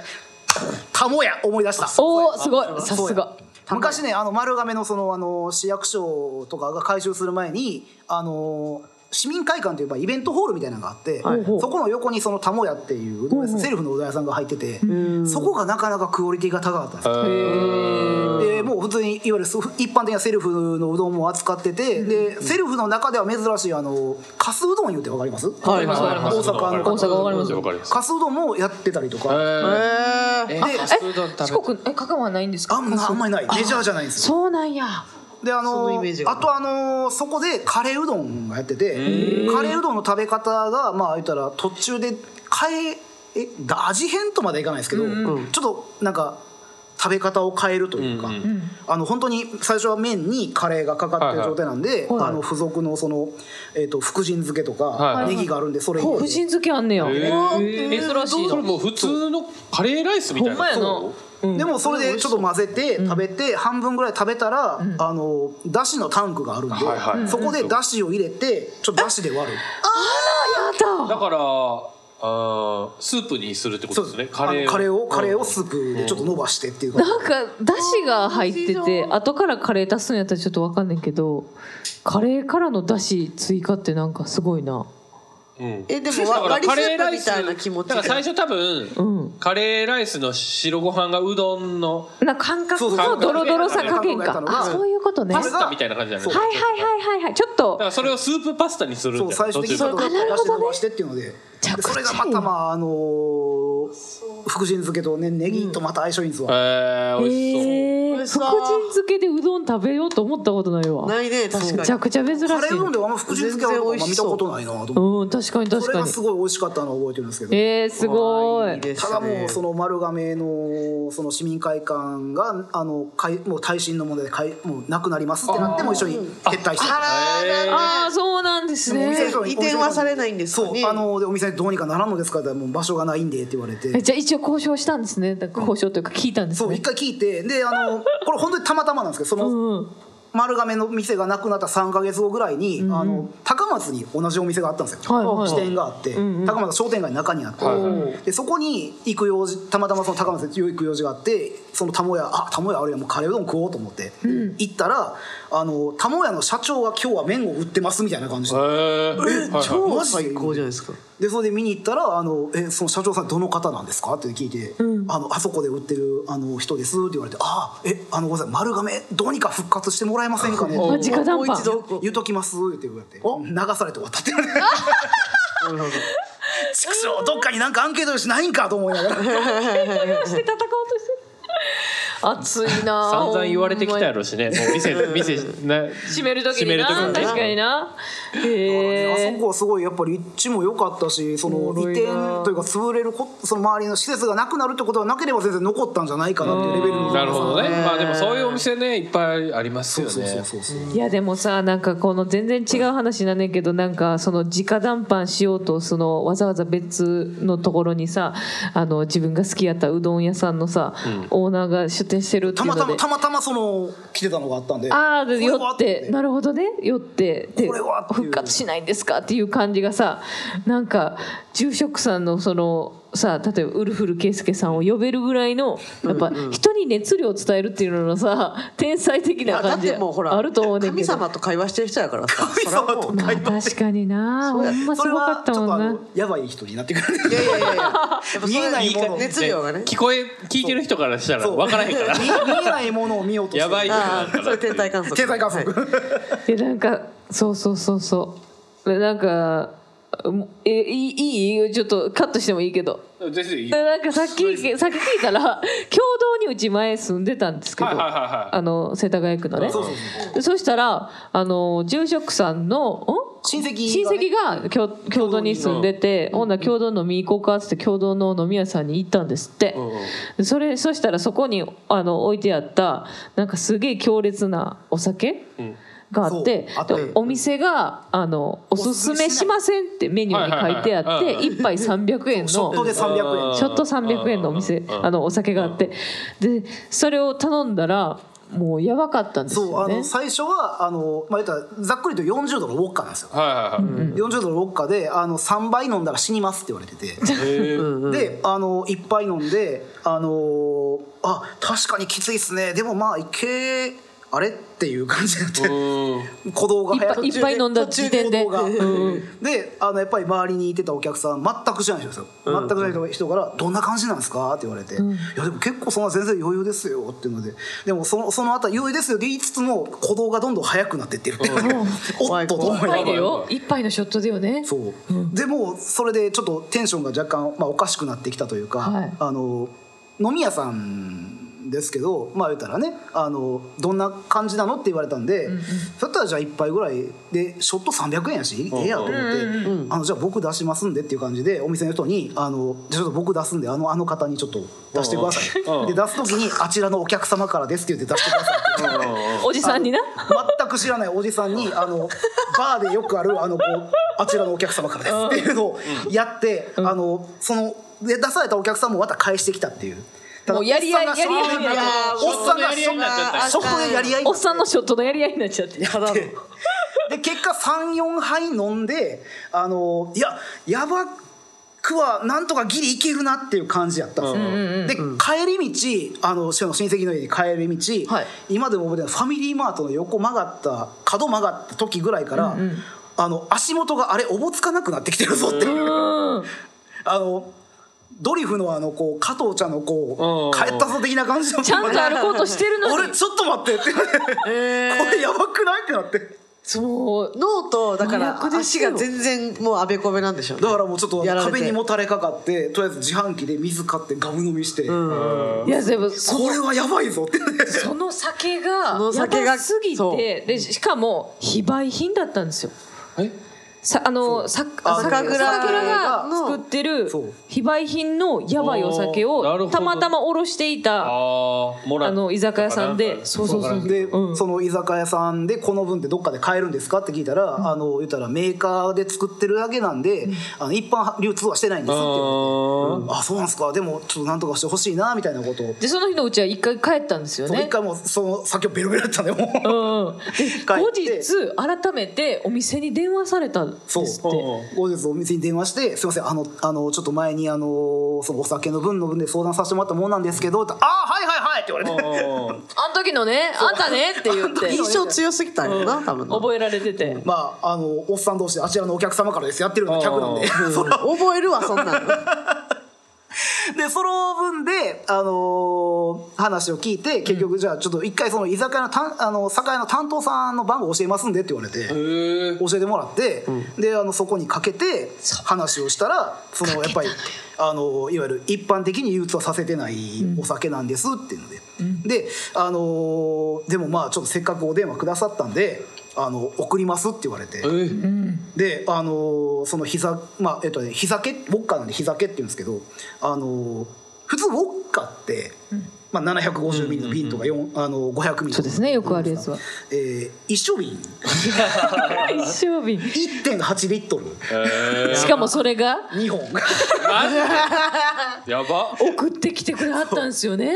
タモヤ思い出した
おおすごいさすが
昔ねあの丸亀のそのあの市役所とかが改修する前にあの市民会館というかイベントホールみたいなのがあって、
い
そこの横にそのタモヤっていううどん屋さんセルフのうどん屋さんが入ってて、そこがなかなかクオリティが高かったんですよでもう普通にいわゆる一般的なセルフのうどんも扱ってて、でセルフの中では珍しいあのカスうどん言うてわかります、
はいはい
大阪の
わかります
大阪わかります
わかります
カスうどんもやってたりとか、
えー
で
え四国え香川はないんですか
あんまあんまりないメジャーじゃないんですよ
そうなんや
で
そ
あ
のイ
の
メージが
あとあのそこでカレーうどんがやっててカレーうどんの食べ方がまあ言ったら途中で変ええ味変とまではいかないですけど、ちょっとなんか食べ方を変えるというか、
うんう
あの本当に最初は麺にカレーがかかってる状態なんで、
はいはい
あの付属のその、えー、と福神漬けとか、
はい
ネギがあるんでそれ
福
入れ
神
て
漬けあんねや。
えー
珍しいな
それもう普通のカレーライスみたいな
ほんまやな
そう
でもそれでちょっと混ぜて食べて半分ぐらい食べたら、あのだしのタンクがあるんで、
はいはい
そこでだしを入れてちょっとだしで割る。
やだ。
だからあースープにするってことですねカレー
あのカレーをカレーをスープでちょっと伸ばしてっていうか、
なんかだしが入ってて後からカレー足すんやったらちょっとわかんないけどカレーからのだし追加ってなんかすごいな
うん
えで
だ
もわ
から
割り
カ
ス
レー
ー
ラ
プ
イ
み
ス
たいな気持ち
だから最初多
う
分
ん
カレーライスの白ご飯がうどんの
なんか感覚
そうそうそ
の
う
ドロドロさ加減
感
か
覚が
あ
やったのが
そういうことねは
パ
い
ス
は
タみたいな感じじゃない
いはいはいはいちょっと
だからそれをスープパスタにするん
そう
だ
最終的に
途
それ
中か
を出
ら
して伸ばしてっていうので
ちゃくちゃ
それがまたまああのー福神漬けとねネギとまた相性いいんですわ、
えー、美味しそう、
えー
美
福
味しそう
神漬けでうどん食べようと思ったことないわ
ないね確
め
か
ちゃ
に
くちゃ珍しい
カレーうどんではあんま福神漬けあるのあんま見たことないなと思って
うん確かに
そ
確
れ
か
が
に
すごい美味しかったのを覚えてるんですけど
えーすご
いいで
い
す
た
ね
だもうその丸亀のその市民会館があのかいもう耐震の問題でかいもうなくなりますってなってもう一緒に撤退して
あらー
ああそうなんです
お
ね
店の人に
移転はされないんですかね
そうあのでお店にどうにかならんのですかって言ったらもう場所がないんでって言われて
えじゃあ一応交渉したんですね。だから交渉というか聞いたんです
そう
ね
一。回聞いてであのこれ本当にたまたまなんですけどその
うんうん。
丸亀の店がなくなった3か月後ぐらいに、あの高松に同じお店があったんですよ、
はいはいはい
支店があって、高松の商店街の中にあって、
はいは
でそこに行く用事たまたまその高松に行く用事があってそのたもやあたもやあるやもうカレーうどん食おうと思って、行ったらあのたもやの社長が今日は麺を売ってますみたいな感じで。
えー、はいはい
超
マジで
最高じゃないですか
でそれで見に行ったら「あのえその社長さんどの方なんですか?」って聞いて、あの「あそこで売ってるあの人です」って言われて「あえあのごめんなさい丸亀どうにか復活してもらえませんかね」
マジかダ
も
ン
う
パ
一
ン。
度こう
言うときます」って言われて流されて終わったって言われて「畜生どっかになんかアンケートしないんか」と思いながら
して戦おうとしてる。 熱いなあ。
散々言われてきたやろしねもう店店ね
閉める時
閉め
にな。
る時
確かにな。へ
あ
え
そ。こはすごいやっぱり立地も良かったしその
おも
移
ろいな
転というか潰れるこその周りの施設がなくなるってことはなければ全然残ったんじゃないかなっていうレベルの
なるほどねまあでもそういうお店ねいっぱいありますよね
そうそうそうそう
いやでもさなんかこの全然違う話なんねんけどなんかその直談判しようとそのわざわざ別のところにさあの自分が好きやったうどん屋さんのさ、オーナーが出店してるって
た
いうの
ま
で
たまたまたまその来てたのがあったんで
ああ
これ
寄
は
ってなるほどね寄ってで
これはっていう
復活しないんですかっていう感じがさなんか住職さんのそのさ例えばウルフル圭介さんを呼べるぐらいのやっぱ人に熱量を伝えるっていうののさ天才的な
あだ
感
っ
じ
てもうほら
あると思うねん
神
けど
様と会話してる人やからさ
神
そ
様と
らもう
まあ確かになほんます
それ
ごか
は
っ
ちょ
た
っと
も
あ
んな
の。や ばい人になってくる
いやいやい やいややっぱそれ
見えないもの
熱量がね
聞こえ聞いてる人からしたら分からへんから
見見えないものを見ようとして
やばい人な
あ
ん
あ
か
そ
な
れ天体観測
経済観測、
はい
でなんかそうそうそうそうでなんかえいいいいちょっとカットしてもいいけど
全然 いいよ
なんかさっきさっき聞いたら共同にうち前住んでたんですけど、
はいはいはいはい
あの世田谷区のね
そうそう
でそしたらあの住職さんのん
親戚がね
親戚が共共同に住んでてほんなら共同飲み行こうかっつって共同の飲み屋さんに行ったんですって、
うんうん
でそれそしたらそこにあの置いてあったなんかすげえ強烈なお酒、
ん
があって
そうあって
でお店があの「おすすめしません」ってメニューに書いてあっ
はいはい
て
はい
1杯300円の
ショットで300円
ちょっと300円のお店あのお酒があってでそれを頼んだらもうやばかったんです
そう
よ
あ
ね
の最初はあの、まあ、言ったらざっくりと40度のウォッカなんですよ、
はいはいはい、
40度のウォッカであの3杯飲んだら死にますって言われてて
へー
であの一杯飲んであのあ確かにきついっすねでもまあいけあれっていう感じになって
うん
鼓動が早
いっぱい飲んだ時点で
途中鼓動がであのやっぱり周りにいてたお客さん全く知らない人ですよ全く知らない人から「どんな感じなんですか?」って言われて「いやでも結構そんな全然余裕ですよ」っていうのででもそのその後余裕ですよ」って言いつつも鼓動がどんどん速くなってってるっていう おっとと思い
一
なが
杯
ら
でよ一杯のショットでよね
そう、でもうそれでちょっとテンションが若干、まあ、おかしくなってきたというか、
はい
あの飲み屋さんですけどまあ言ったらねあのどんな感じなのって言われたんで、そしたらじゃあ1杯ぐらいでショット300円やしええやと思って、あのじゃあ僕出しますんでっていう感じでお店の人にあの「じゃあちょっと僕出すんであのあの方にちょっと出してください」
うんうん
で出す時に「あちらのお客様からです」って言って出してくださいって言われて
おじさんにな
全く知らないおじさんにあのバーでよくあるあのこうあちらのお客様からですっていうのをやって、あのそので出されたお客さんもまた返してきたっていう。ただ
もうやり合い
おっさんが
やり合いになっちゃ
あーおっさんが
ショットのやり合いになっちゃった
ショットで
おっさん
やり合い
のショットのやり合いになっちゃって
やだ
でで結果34杯飲んであのいややばくはなんとかギリいけるなっていう感じやったんですよ、
うん
で帰り道あのその親戚の家に帰り道、
はい
今でも覚えてないファミリーマートの横曲がった角曲がった時ぐらいから、あの足元があれおぼつかなくなってきてるぞっていう。
うん
あのドリフのあのこう加藤ちゃんのこう
うん
帰ったぞ的な感じの
ちゃんと歩こうとしてるの
俺
に
ちょっと待ってって、これやばくないってなって
そう
脳とだから
麻薬です
足
よ
が全然もうあべこべなんでしょうね
だからもうちょっとあ
や
の
られて
壁にもたれかかってとりあえず自販機で水買ってガム飲みして、
いやでも
これはやばいぞって
その酒が
の
や
酒が
ばすぎ
そう
てでしかも非売品だったんですよ
え
さあのさ
あ
さ
酒蔵
蔵が
の
作ってる
そう
非売品のやばいお酒
おーなる
を
ほど
たまたまおろしてい
あ
た
ーもら
あの居酒屋さんでそうそうそう
で、
うん
その居酒屋さんでこの分ってどっかで買えるんですかって聞いたら、あの言ったらメーカーで作ってるだけなんで、あの一般流通はしてないんですって言われて、あそうなんですかでもちょっとなんとかしてほしいなみたいなことを、
でその日のうちは一回帰ったんですよ
そう一
ね
回もうその酒をベロベロだったんでもう、
うん、で後
帰って
日改めてお店に電話されたんです
そう
っ
後
て
日お店に電話して「すいませんあのあのちょっと前にあのそのお酒の分の分で相談させてもらったもんなんですけど」って「ああはいはいはい」って言われて。
あん時のねあんたねって言って
印象強すぎたんやな多分な
覚えられてて
まあ、あのおっさん同士であちらのお客様からですやってるの客なんでその
覚えるわそんなの
でその分で、あのー話を聞いて結局じゃあちょっと一回その居酒屋のたんあの酒屋の担当さんの番号教えますんでって言われて。
へえ
教えてもらって、であのそこにかけて話をしたらそのやっぱりあのいわゆる一般的に流通はさせてないお酒なんですっていうので、であのでもまあちょっとせっかくお電話くださったんであの送りますって言われて、であのその膝まあえっとね膝けウォッカなんで膝けって言うんですけどあの普通ウォッカって、まあ、750ミリの瓶とか、四あの500ミリ
そうですねよくあるやつは
えー一升瓶
一生瓶
1.8リットル
しかもそれが
2本で
やば
送ってきてくれはったんですよね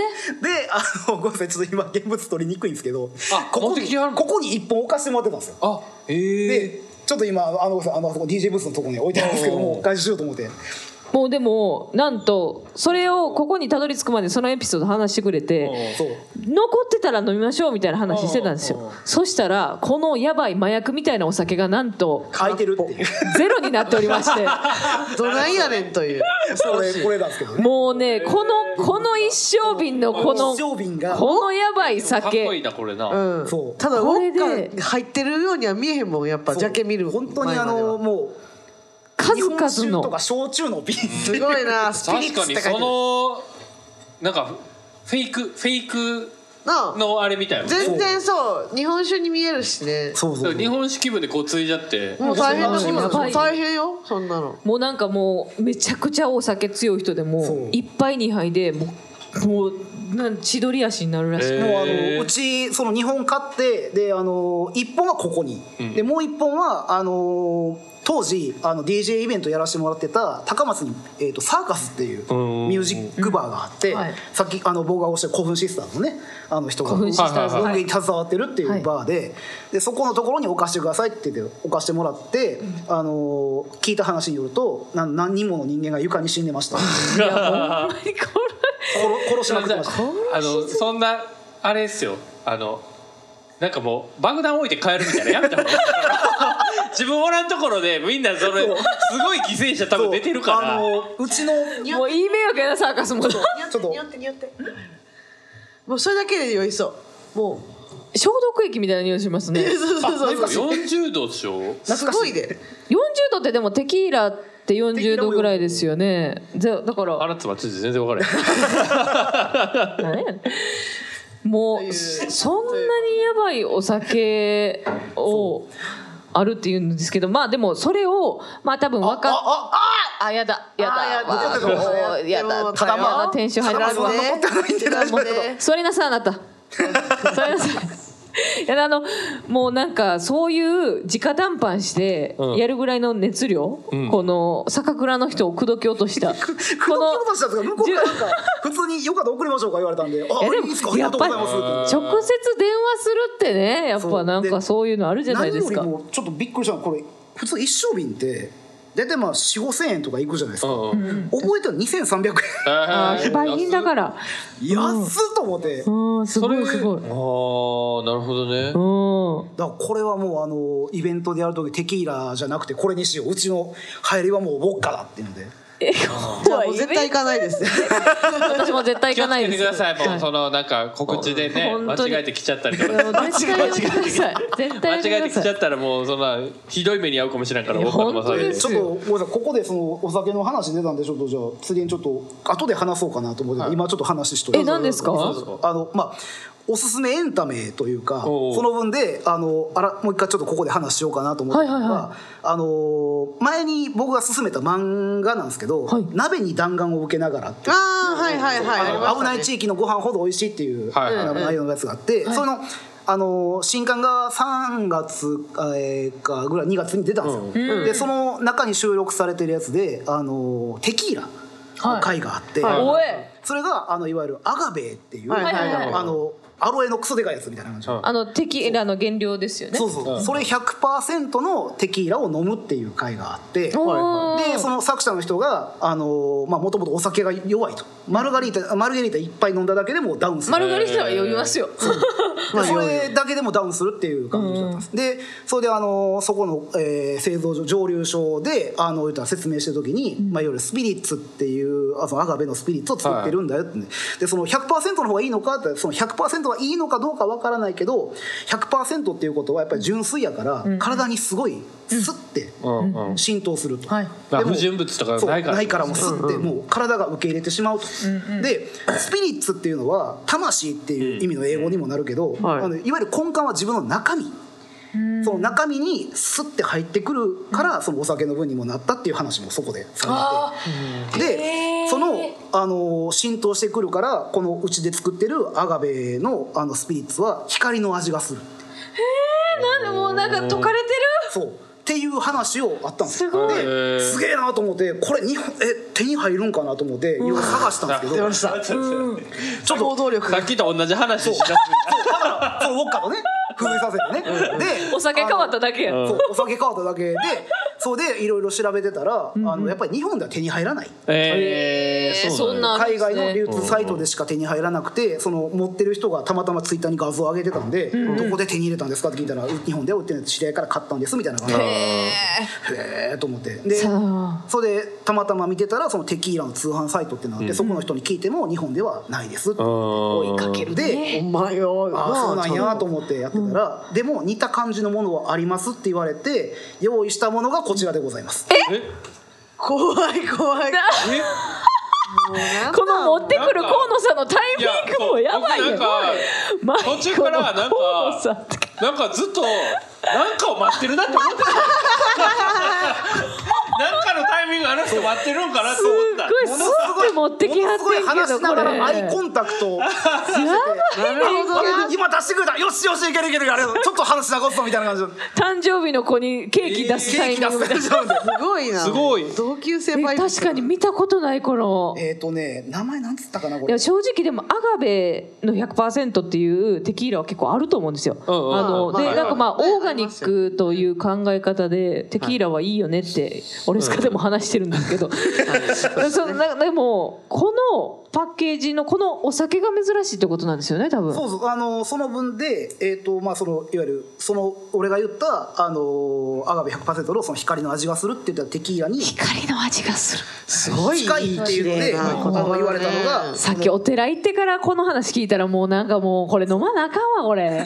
あのごめんなさいちょっと今現物取りにくいんですけど
あ
こ
持
こ
ってき
に
てはる
ここに1本置かせてもらってたんですよ
あへえ
でちょっと今あのあのごめんなさいあのあそこ DJ ブースのとこに置いてあるんですけど
おー
も回収しようと思って
もうでもなんとそれをここにたどり着くまでそのエピソード話してくれて
そう
残ってたら飲みましょうみたいな話してたんです
うんうん
よそしたらこのやばい麻薬みたいなお酒がなんと
空いてるっ ていう
ゼロになっておりまして
どないやねんという
これこれなんですけどね
もうねこのこの一升瓶のこの
一升瓶が
このやばい
かっこいい
酒
なこれな、
うん
そう
ただウ
これ
ォ
で
ッカ入ってるようには見えへんもんやっぱジャケ見る
本当にあ
前までは
のもう日本
数
酒
々
と
の
か焼酎の瓶
すごいなスピリッ
確
ツ
か
って書
に
いて
そ
るの
のなんかフェイクフェイクのあれみたいな
全然そう日本酒に見えるしね
そうそうそう
日本式部でこうついじゃって
もう大変だ
そう
も
やば
ん
い
大変よそんなの
もうなんかもうめちゃくちゃお酒強い人で
そう
も一杯二杯でもうもうなん千鳥足になるらしい、
え
もうあ
へー
のうちその2本買ってであの1本はここに、でもう1本はあの当時あの DJ イベントやらせてもらってた高松に、えー、とサーカスっていう
うん
ミュージックバーがあって、
うんはい
さっきあの僕がおっしゃる古墳シスターズのねあの人が
興奮し
は
た
いはいはい
は
音源
い
に携わってるってい
は
う
い
バーで,、でそこのところに置かしてくださいって言って置かしてもらって、あの聞いた話によるとな何人もの人間が床に死んでました 殺
いやほんまにこ
殺しまくってました
あのそんなあれですよあのなんかもう爆弾置いて帰るみたいなやめた方がい い自分おらんところでみんなそれすごい犠牲者多分出てるから
あのうちの
れもういい迷惑やなサーカスも
ちょっと
もうそれだけで酔いそうも
消毒液みたいな匂いします
う
ね
そうそうそうそう
40度でしょ
すごいで
40度ってでもテキーラって40度ぐらいですよねじゃだから
あらつまちょっと全然分からへ
何やねんもうそんなにやばいお酒をあるって言うんですけどまあでもそれをまあ多分分かっああやだやだ
あやだ
わ
やだ
もうやだ
でも
ただまだテンション入ら
知らんね
残ってないんで大丈夫だけど
知らんね
座りなさいあなた座りなさいいやあのもうなんかそういう直談判して
うん
やるぐらいの熱量、
うん
この酒蔵の人を口説き落としたこの
口説き落としたんですけど向こうからなんか普通に「よかったら送りましょうか」言われたん で「
い
あ
やで
いい
も
ですかあり
や
が
っ
とう
ぱ
ご
り
ざいます」
直接電話するってねやっぱなんかそういうのあるじゃないですか
何よりもちょっとびっくりしたのはこれ普通一升瓶って大体まあ4 5千円とかいくじゃないですか、
ん うん
覚えたら2300
あー非売品だからら
円安っと思っ
う
て、だか
んすごいす
あ
ごいう
あ
ん
なるほどね
らこれはもうあのイベントでやる時テキーラじゃなくてこれにしよううちの流行りはもうボッカだっていうので
え
じゃあもう絶対行かないですね
私も絶対
気
行
をつ
かない
け
で
て
す
くださいも
は
うそのなんか告知でね間
本当に
違えてきちゃったりと
いも
か
う絶対やめてください絶
間
対
違
や
え
め
てき
てく
ち
ださ
ゃ
い
ったらもうそんなひどい目に遭うかもしれんから
いや
僕は騙され
本当
て
です
ちょっとごめんなさいここでそのお酒の話出たんでちょっとじゃあ次にちょっと後で話そうかなと思って、
はい
今ちょっと話しといて
え何ですか
そうそうそう
あのまあおすすめエンタメというか
おうおう
その分であのあらもう一回ちょっとここで話しようかなと思って
はいはいは
あの前に僕が勧めた漫画なんですけど「
はい
鍋に弾丸を受けながら」っていう
ああはいはいはいありま
あ
し
の
た
危ない
ね
地域のご飯ほど美味しいっていう
はいはい
内容のやつがあって、そのあの新刊が3月えーかぐらい2月に出たんですよ、でその中に収録されてるやつであのテキーラの回があって、
はい
おい
それがあのいわゆるアガベっていう、
はいはいはい
あのアロエのクソでかいやつみたいな感じ、
うん
あのテキーラの原料ですよね
そうそう、それ100%のテキーラを飲むっていう回があって、
おー
でその作者の人があのまあもともとお酒が弱いとマルガリータマルゲリータ一杯飲んだだけでもダウンする
丸刈りしたら呼びますよ
でそれだけでもダウンするっていう感じだったんです、でそれであのそこの、えー製造所蒸留所であの言ったら説明してる時に、まあ、いわゆるスピリッツっていうあそのアガベのスピリッツを作ってるんだよってね、でその100%の方がいいのかってその100%がいいのかどうかわからないけど100%っていうことはやっぱり純粋やから、体にすごいスッて
うんうん
浸透すると、
はい
まあ
でも
不純物とか
そう
ないから
ないからもうすってもう体が受け入れてしまうと、でスピリッツっていうのは魂っていう意味の英語にもなるけど、
はい
あのいわゆる根幹は自分の中身、その中身にスッて入ってくるから、そのお酒の分にもなったっていう話もそこでされてて、でその、あの浸透してくるからこのうちで作ってるアガベのあのスピリッツは光の味がする
なんでもうなんか溶かれてる
そうっていう話をあったんですよ
すごい
ですげえなと思ってこれ日本え手に入るんかなと思っていろいろ探したんですけど
出ましたちょっと行動力
さ
が
っきと同じ話しだす
だからそうウォッカとね封印させてねで
お酒変わっただけや
あのそうお酒変わっただけでそうでいろいろ調べてたら、あのやっぱり日本では手に入らない
えー
そんなあるん
海
ですね
外の流通サイトでしか手に入らなくてその持ってる人がたまたまツイッターに画像を上げてたんで、どこで手に入れたんですかって聞いたらう日本では売ってない知り合いから買ったんですみたいな感じでへえと思ってで
さ
それでたまたま見てたらそのテキーラの通販サイトっていうのがあって、そこの人に聞いても日本ではないですって
追
追いかける
で、
お前よ
ああそうなんやと
っ
思ってやってたら、でも似た感じのものはありますって言われて用意したものがこちらでございます
え
怖い怖い。
え
この持ってくる
なんか
河野さんのタイミングもやばいよ
いやそう僕なんか
マイコの
途中からなんか
河野さんって
なんかずっとなんかを待ってるなって思ってたなんかのタイミングあの人待ってるんかなと思っ
す
た
っごいスッて持ってきはって
すごい
んけ
話
ど
し
こ
なが
れ
らアイコンタクトを
なるほどな。
今出してくれたよしよしいけるいけるあれちょっと話流そうみたいな感じで
誕生日の子にケーキ出すタ
ケー
イ
キ
ミン
出
グみ
す
たい
感
な
じなんです
ごいな。
すごい
同級生
え確かに見たことないこの
えっとね名前なんつったかなこ
い
れ
や正直でもアガベの100%っていうテキーラは結構あると思うんですよ。
うんうん
あの
まあ
で
まあ
なんかまあ
はい
オーガニックという考え方でテキーラはいいよねって俺スカでも話してるんですけど、 そうなでもこのパッケージのこのお酒が珍しいってことなんですよね多分。
そうそうあのその分でえっ、とまあそのいわゆるその俺が言ったあのアガベ100%のその光の味がするって言ったテキーラに
光の味がする。
すごい
近いっていうの
綺麗
で
な
あ
言葉だね
の言われたのが
さっきお寺行ってからこの話聞いたらもうなんかもうこれ飲まなあかんわこれ。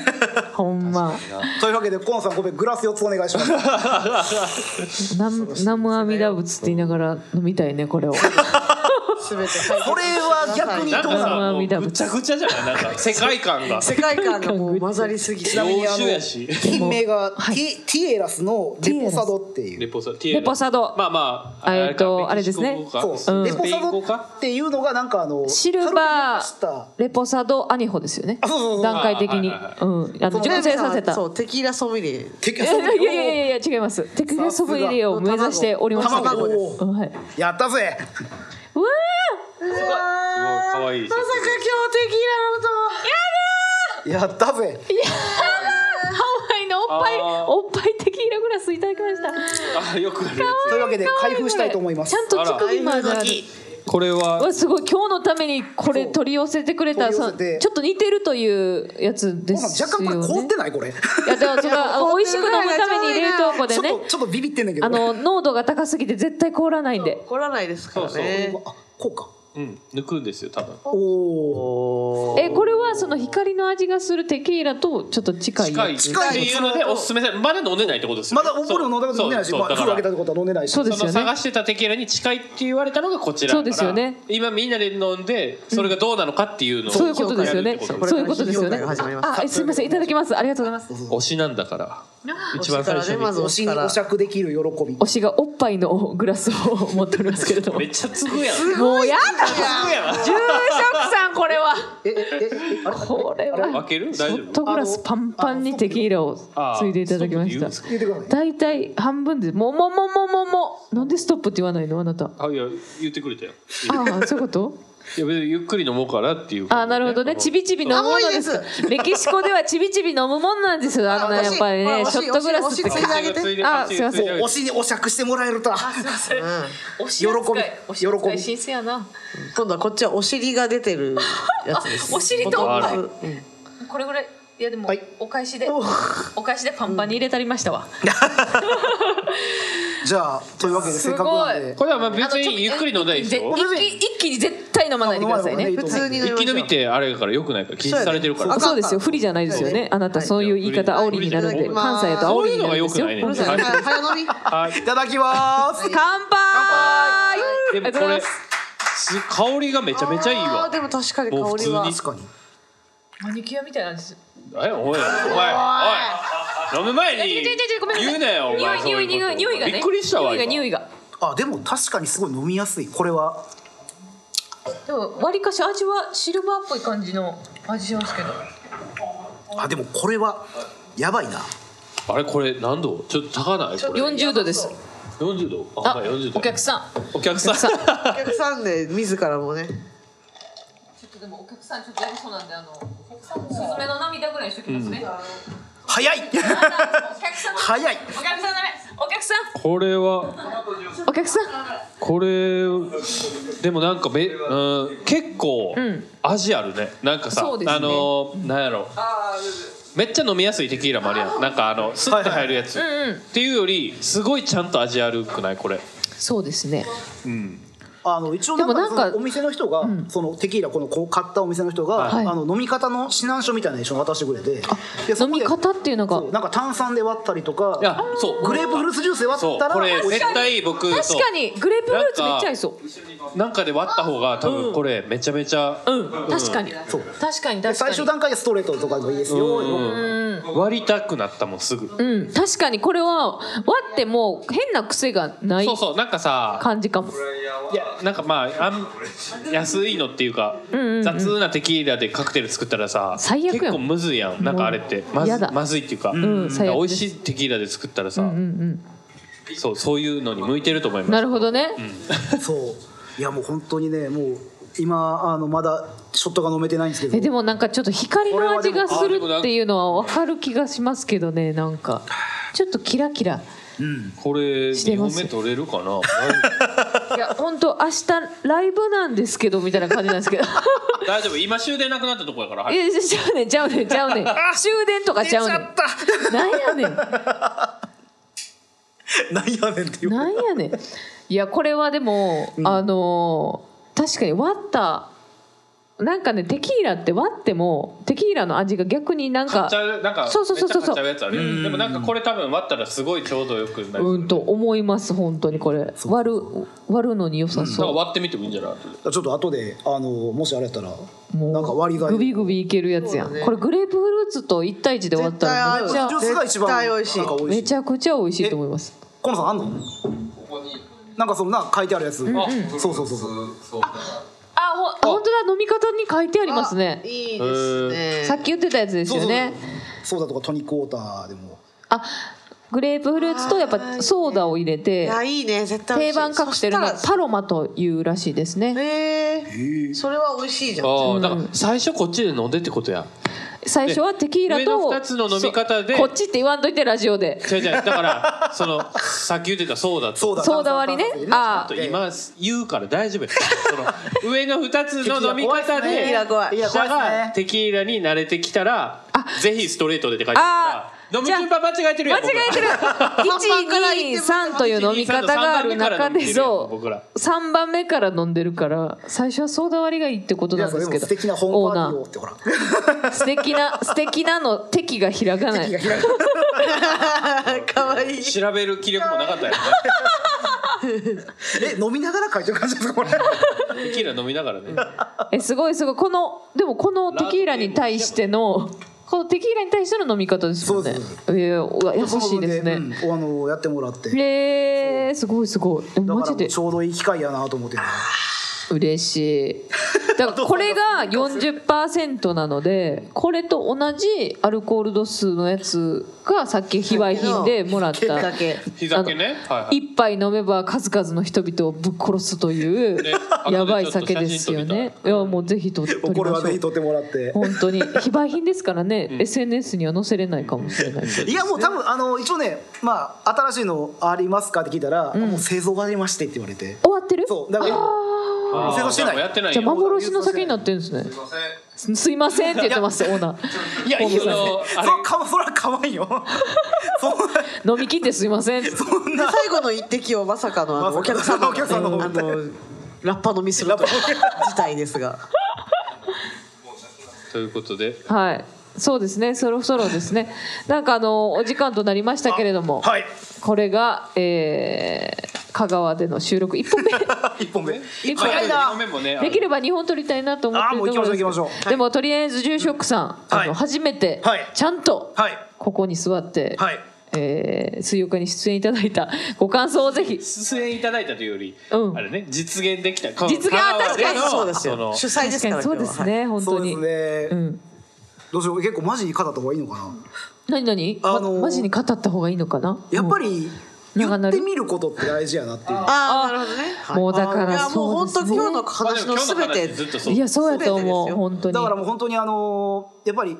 ほんま。
というわけでコンさんごめんグラス4つお願いします
南無阿弥陀仏って言いながら飲みたいねこれを。
すべて。
これは逆に
なんかさもう
見たこと
ぐちゃぐちゃじゃないなんか世界観が
世界観がもう混ざりすぎて。
ちなみにあ
洋酒やし
の品名がティティエラスのレポサドっていう
レポサティエラ
レポサド。
まあまあ
あえっと
れか
あれですね
メキシコ語か
そう、
うん
レポ
スペイ
サ
ン
ド
語か
っていうのがなんかあの
シル
カロリー
バ
がした
ーレポサドアニホですよね
そうそうそう
段階的に、
はいはいはい
うん、あの
そう
熟成させた
そうテキーラソムリエ。
テ キ
い
サ
や
ド
いやいやいやいや違いますテクレソブ入れを目指しておりましたけど
卵です
うんはい、
やったぜ
うわ
すごい。
すごい可
まさか今日
愛い
テキーラのとは。
やったぜ
ーハワイのおっぱい
あー
おっぱいテキーラグラスいただきました
あよくあるや
というわけで開封したいと思います
ちゃんと乳首まである
つこれ
う
は
わすごい今日のためにこれ取り寄せてくれた
そう
その
取り寄せて
ちょっと似てるというやつで
コン
すよ
さん
ね
若干これ凍ってないこれ
いやでもそれはあの美味しく飲むために冷凍庫で
ちょっ
ね
とちょっとビビってんねんけど
あの濃度が高すぎて絶対凍らないんで。
怒らないですからね。
あこうか
うん抜くんですよ多分
おお
えこれはその光の味がするテキーラとちょっと近い。
近いって
近い
いうのでおすすめさまだ飲んでないってことですよ
ま
ね
だお風呂飲んだこと飲んでないし
そう
ま
そうだ
あ風
か
呂開けた
ら
ってことは飲んでないし
そうです
そ
よ
の
ね
探してたテキーラに近いって言われたのがこちら
そうですよね
今みんなで飲んでそれがどうなのかっていうのを
そういうことですよ
や
ね。
るってこと
そうそういうことですよね
これから企業会が始まり。ます
ああすみませんいただきますありがとうございます。
推しなんだから一番最
推
初
しからねまず
に
推しにお酌できる喜び
推しがおっぱいのグラスを持っておりますけれども
め。っちゃつぐやん
もうやだ。
つぐやわ
住職さんこれは。
ええええあれ
これ
開
は。
ける
シ
大
ョ
丈
ッ
夫
トグラスパンパンにテキーラをついでいただきまし
あー
た
ス。
言ってください
大体半分でももももももなんでストップって言わないのあなた。あ
あいや言ってくれたよ
あそういうこと？
いや別にゆっくり飲もうかなっていう
あーなるほどね。ちびちび飲むものです
あもういいで。
メキシコではちびちび飲むもんなんですよ。あんなやっぱりね、ショットグラスって
ついてあげて。
あすいません
推しにお酌してもらえるとは
喜び
喜び喜び
新鮮やな。
今度はこっちはお尻が出てるやつです、ね。
お尻と
おっぱい
うん
これぐらいいやでも
はい
お返しでお返しでパンパンに入れたりましたわ。
じゃあというわけでせっかくなんで
これはまあ別にゆっくり飲んだらいいです
ぜ
よ
一気一気に絶対飲まないでください
あ飲
ね
ま。
普通に飲み
一
まし
気
ょう
飲みってあれだからよくないから禁止されてるか
そ
ら
う
そうですよ。不利じゃないですよね。あなたそういう言い方煽りになるんで、
はい
関西やと煽りになるんですよ。
そういうのが良くないね
ごめんなさいは早飲み。
はい
いただきます
乾杯。
で
ありが
もこ
とうござい
れ
ます。
す香りがめちゃめちゃいい
あー
わ
でも確かに香
もう普
り
通
は
に。
確かに
マニキュアみたいなんです。
えおいおいおいおい飲む前
いや
に
違う違う違うごめんなさい
言うなよお前
匂い匂い匂い匂いがね。
びっくりしたわ
匂いが匂い
今
が。
あでも確かにすごい飲みやすいこれは
でもわりかし味はシルバーっぽい感じの味しますけど。
あでもこれはやばいな
あれこれ何度ちょっと高ないこれ
四十度です。
40度あ
あ
まあ40、度
お客さん。
お客さん
お客さん
お客さんで自らもね。
ちょっとでもお客さんちょっとやばそうなんであの。お客さんもすずめの涙ぐらいにしときますね。お客
早い
さんの。
早い
お客さんのお客さ ん。
これは
お客さん。
これでもなんかめ、うん、結構
ん
味あるねなんかさ、
そうですね
あのーなんやろめっちゃ飲みやすいテキーラもあるやんなんかあのスッて入るやつ、
うんうん。
っていうよりすごいちゃんと味あるくないこれ
そうですね。
うん
あの一応なんか
でもなんか
そのお店の人が、そのテキーラこのこう買ったお店の人が、
はい
あの飲み方の指南書みたいなの一緒に渡してくれてでそ
飲
こで
み方っていうのが
そうなんか炭酸で割ったりとか
いやそう
グレープフルーツジュースで割
そう
ったら
これ
美味しい
絶対僕
確
そう
かにグレープフルーツめっちゃ合いそう
なんかで割った方が多分これめちゃめちゃ
うん確かに確
そう
かに
で
確か
最
に
初段階でストレートとかでもいいですよ、
うん割りたくなったもんすぐ
うん確かにこれは割っても変な癖がない
そうそうなんかさ
感じかも
いやなんかまああん安いのっていうか雑なテキーラでカクテル作ったらさ
最悪やん
結構むずいやんなんかあれってま
や
ず
だ
まずいっていうか
ん
なんか
最悪
美
で
味
す
しいテキーラで作ったらさそうそういうのに向いてると思います
なるほどね
そういやもう本当にねもう今あのまだショットが飲めてないんですけど
えでもなんかちょっと光の味がするっていうのは分かる気がしますけどねなんかちょっとキラキラ
これ
して
2
ま
本
す
目取れるかない
や本当明日ライブなんですけどみたいな感じなんですけど
大丈夫今終電なくなったとこやから
い
はい
やちゃうねんちゃうねんちゃうねん終電とかちゃうねんなんやねん
なんやねんっていう
なんやねんいやこれはでも、あのー確かに割ったなんかねテキーラって割ってもテキーラの味が逆になん
買
か
っちゃうなんか
そうそうそうそう
めっちゃ買っちゃうやつあるよでもなんかこれ多分割ったらすごいちょうどよくなる、
うんと思います本当にこれ割る割るのに良さ
なんか
そ
割ってみてもいいんじゃない
ちょっと後であのもしあれやったら
うもう
なんか割りがいい
グビグビいけるやつやん、
そうだね
これグレープフルーツと1対1で割ったらめ
絶
ち
対合
ゃ
う
ジュースが一番
絶対美味しい
なんか美味
め
しい
ちゃくちゃ美味しいと思います
河野さんあんのなんかそのな書いてあるやつ、あそうそうそうそう
あほ本当だ飲み方に書いてありますね
あいいですね。
さっき言ってたやつですよね
そうだとかトニックウォーターでも
あグレープフルーツとやっぱソーダを入れ
い
て
やいいね絶対美
定
味しい
番カクテルの
そした
パロマというらしいです
ら
ね
へえそれは美味しいじゃん。
ああ、だから最初こっちで飲んでってことや。
最初はテキーラ
上の
と
二つの飲み方で
そうこっちって言わんといてラジオで
違う違う、だから、 その、さっき言ってたそうだ
そ
と。
うだ
ソーダ割りねあ
と今言うから大丈夫や。 その上の二つの飲み方
テキーラ
で、
怖い
い
下
や怖いです
が
ね
テキーラに慣れてきたら、ぜひストレートでって書いてあ
あ
るから、飲み順番間違えてる
間
やん。
違え てる123という飲み方がある中でそ
僕ら
う3番目から飲んでるから最初はソーダ割りがいいってこと
いや
なん
そ
で
れ
す
も
けど
素敵なホー
オ
ム
ー
パ
ナ
ーティーを
ー
ってほら
素敵な 素敵なの敵が開かない
可愛い。
調べる気力もなかったよね。
え飲みながら書いてる感じですかこれ
テキーラ飲みながらね。
えすごいすごいこのでもこのテキーラに対してのこのテキーラに対しての飲み方ですもんね
そうです
えーうわ優しいですね
うんおあのやってもらって
へえすごいすごいでも
だ
マ
か
ジ
ら
で
ちょうどいい機会やなと思って
嬉しいだ からこれが40%なのでこれと同じアルコール度数のやつがさっき非売品でもらった
だけ。
膝けね。はいはい。
一杯飲めば数々の人々をぶっ殺すという
ね
やばい酒ですよねいやもうぜひと撮りまし
これ
ょ
はぜ
う
ひ取ってもらって
本当 に非売品ですからね、SNS には載せれないかもしれ ないけど
いやもう多分あの一応ねまあ新しいのありますかって聞いたら、もう製造がありましてって言われて
終わってる
そうだから
あー
製造してない
もうやってない
じ
よ
ゃあ幻の酒になってるんですねすすいませんって言ってますオーナー
いやいいよ
そのあれ
そかそれはかわいいよ そ
飲み切ってすいませんって
んそん
で
な
最後の一滴をまさかのあのお
まさか
客様
お客様の
がねあのラッパ飲みするという事態ですが。
ということで。
はいそうですねそろそろですねなんかあのお時間となりましたけれども、
はい
これが、えー香川での収録一 本目
一本目
一
まあ
本目
二本目もねあの
できれば日本撮りたいなと思ってるところですけど
あーもう行きましょう行きましょう
でもとりあえず住職さん、
はい
あの初めて
はい
ちゃんと
はい
ここに座って、
はい
えー水曜日に出演いただいたご感想をぜひ
出演いただいたというより、
うん
あれね実現できた実
現確かに
そうですよ。主催ですか
確か
ら
にそうです
今日ははい
ね本
そ
当
うで
に
すね、
うん
どうしよう結構マジに語った方がいいのかな
何何、ま
あのー
マジに語った方がいいのかな
やっぱり言
長な
っ
る
てみることって大事やなっていう
ああなるほどね。
もうだか
い
ら
やもう
そう
本
です
当
ね
今日の話のすべ
まあで
て
も今日の話ずっとそう
いやそうやと
全てです
思う
よ
本当に
だからもう本当にあのーやっぱり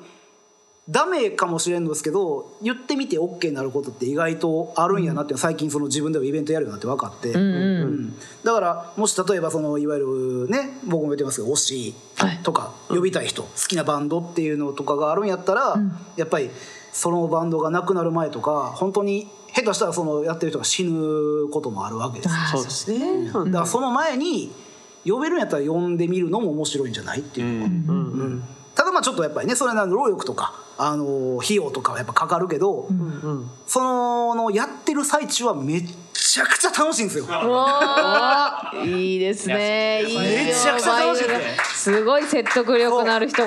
ダメかもしれんのですけど言ってみて OK になることって意外とあるんやなっていうのは最近その自分でもイベントやるようになって分かって、うんだからもし例えばそのいわゆるね僕も言ってますけど「推し」とか呼びたい人、好きなバンドっていうのとかがあるんやったら、やっぱりそのバンドがなくなる前とか本当に下手したらそのやってる人が死ぬこともあるわけですよ
そうですね。
だからその前に呼べるんやったら呼んでみるのも面白いんじゃないっていう、ただまあちょっとやっぱりねそれなりの労力とか、あのー費用とかはやっぱかかるけど、そのやってる最中はめっちゃくちゃ楽しいんですよ。
おーいいですね。いいよ
めちゃくちゃ楽しいね
ワイルドすごい説得力のある一言。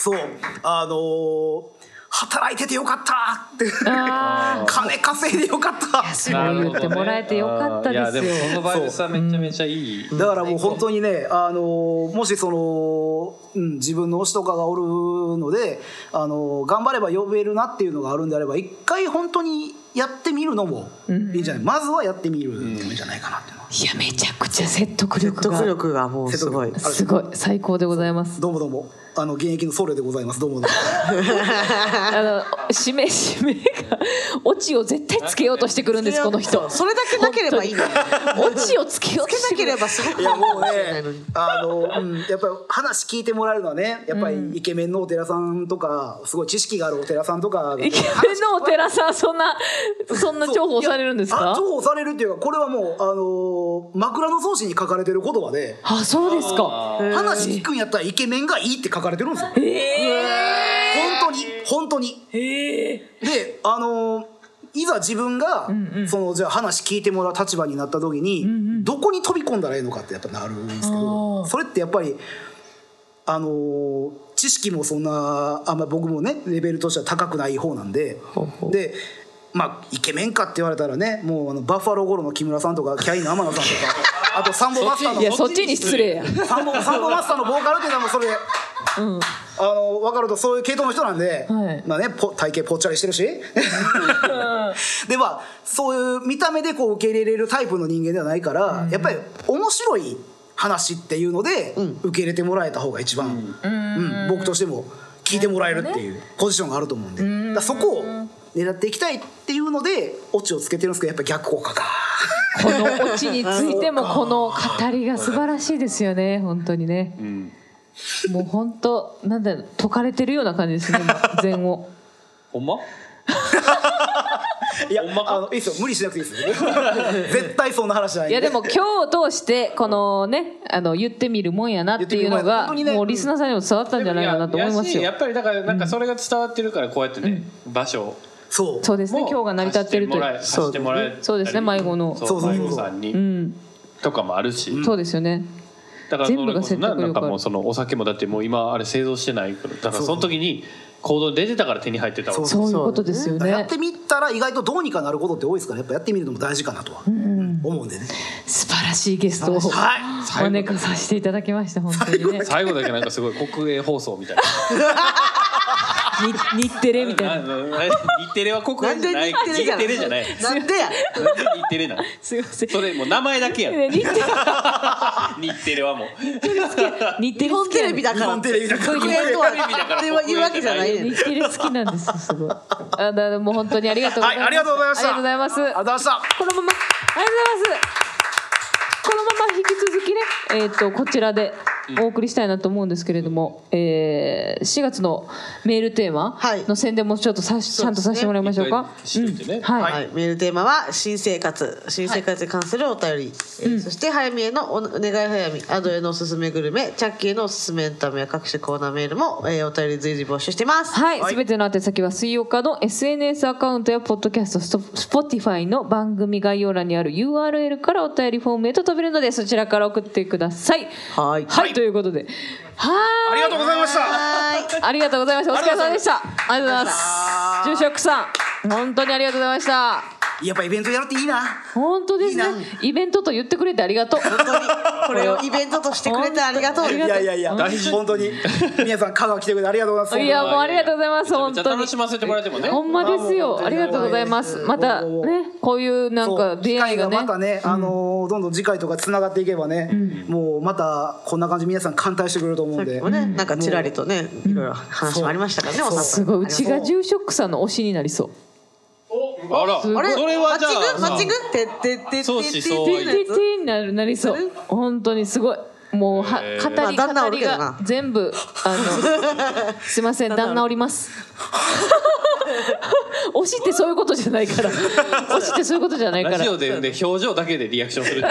そうあのー働いててよかったって
あ
金稼いでよかった
すごい言ってもらえてよかったですよ
いやでもそのバイブスはめちゃめちゃいい。
だからもう本当にね、あのもしその、うん、自分の推しとかがおるので、あの頑張れば呼べるなっていうのがあるんであれば一回本当にやってみるのもいいんじゃない、まずはやってみるのもいいんじゃないかなっていうのは、
いやめちゃくちゃ説得力
独
が
力がもうすごい。
すごい最高でございます。
どうもどうもあの現役の僧侶でございますどうもどうも
あの締め締めがオチを絶対つけようとしてくるん ですこの人。
それだけなければいいのに。
オチをつけよう
つ
とし
け
て
なけれ。
くる
ばすごく
いや
いいか
もう
もしれない
ね
のに。
あの、うん、やっぱり話聞いてもらえるのはねやっぱりイケメンのお寺さんとかすごい知識があるお寺さんとか
イケメンのお寺さんそんなそんな重宝されるんです
いやあ
か
重？宝されるっていうかこれはもう、あの枕草子に書かれてる言葉で
あそうですか。
話聞くんやったらイケメンがいいって書かれてるんですよ
ええ
本当に本当にであのーいざ自分が、そのじゃあ話聞いてもらう立場になった時に、どこに飛び込んだらいいのかってやっぱなるんですけどそれってやっぱりあのー知識もそんなあんま僕もねレベルとしては高くない方なんででまあイケメンかって言われたらねもうあのバッファローゴロの木村さんとかキャインの天野さんとか あとサンボマスターの
いやそっちに失礼や。
サンボサンボマスターのボーカルっていうのもそれで。
うん。
あの分かるとそういう系統の人なんで、
はい
まあね、ぽ体型ぽっちゃりしてるし でまあそういう見た目でこう受け入れれるタイプの人間ではないから、やっぱり面白い話っていうので、受け入れてもらえた方が一番、うん僕としても聞いてもらえるっていうポジションがあると思うんでだからそこを狙っていきたいっていうのでオチをつけてるんですけどやっぱ逆効果か。
このオチについてもこの語りが素晴らしいですよね本当にね、
ん
もう本当なんだろう解かれてるような感じですね今禅を
ほんま？
いや
ほんまか
あのいいですよ無理しなくていいですよ 絶対そんな話じゃな
い
いん
やでも今日を通してこのねあの言ってみるもんやなっていうの
言
が
ってみるもんや本当にね
もうリスナーさんにも伝わったんじゃないかなと思います
やや
よ
っぱりだからなんかそれが伝わってるからこうやってね、場所
そう
そうですね
も
今日が成り立ってるとい
貸
う
してもらえ貸してもらえ
そうですね迷子の
そう
そうそう
迷子さんに、
うん
とかもあるし、
そうですよね
だから
全部が
それこそ
説得力ある
なんかもうそのお酒もだってもう今あれ製造してないからだからその時に行動に出てたから手に入ってたわけ
そう
そういうことですよね
やってみたら意外とどうにかなることって多いですからやっぱやってみるのも大事かなとは思うんでね、
素晴らしいゲストをお
はい
招かさせていただきました本当にね
最後だけなんかすごい国営放送みたいな
に日テレみたいな
なな日テレは国営じゃない
なんで日テレじゃない
日テレじゃない
なんでや。
なんで日テレなの
すいません
それもう名前だけやん
ね日テレ
日テレはもう
日テレ
日
好
本
き
テ
な
レ
ん
ビ
で
だから。
本テレビだから
国営とはっていうわけじゃないねん。
日テレ好きなんですよすごい。あだもう本当にありがとうございます。
はいありがとうございました
ありがとうございます。
ありがとうございました
このままありがとうございます。このまま引き続きね、えっ、とこちらでお送りしたいなと思うんですけれども、えー4月のメールテーマ
はい
の宣伝もちょっとさし、ちゃんとさせてもらいましょうか。
一回しといてね
うんはい。
はい、メールテーマは新生活新生活に関するお便り、えーそして早見へのおお願い早見アドへのおすすめグルメチャッキーへのおすすめエンタメや各種コーナーメールも、えーお便り随時募集してます
はい、すべての宛先は水曜日の SNS アカウントやポッドキャスト、スト Spotify の番組概要欄にある URL からお便りフォームへと飛べるので、そちらから送ってください。
はい
はい、ということで。は
ありがとうございました
はーい
ーい、ありがとうございました。お疲れ様でした。ありがとうございます。住職さん、本当にありがとうございました。
やっぱイベントやるっていいな
本当ですね
いいな
イベントと言ってくれてありがとう
本当にこれをイベントとしてくれてありがとう。
いやいやいや
大事
本当に皆さん香川来てくれてありがとうございます
いやもうありがとうございます
めちゃ
本
めちゃ
当に
楽しませてもらってもね
ほんまです
あも
よ
う
ありがとうございますまた
もう
ねこういうなん
そ
か
う
出会いが
機会また
ね
ね、あのーどんどん次回とかつながっていけばね、もうまたこんな感じ皆さん歓待してくれると思う
さっ
ん
き
で
もね、なんかちらりとね、いろいろ話もありましたからね、おさん
すごいうちが住職さんの推しになりそう
あら
すごい
あれ
それはじゃあ
マッチングマッチングてってってって
相思相愛
て
い
ん
や
てんてんなるなりそ
そう
本当にすごいもうは
へー
語り
まあ旦那
語
おる
り
けどな
が全部あのすいません旦那おります推しってそういうことじゃないから推しってそういうことじゃないか
ラ
ら
ジオでで表情だけでリアクションする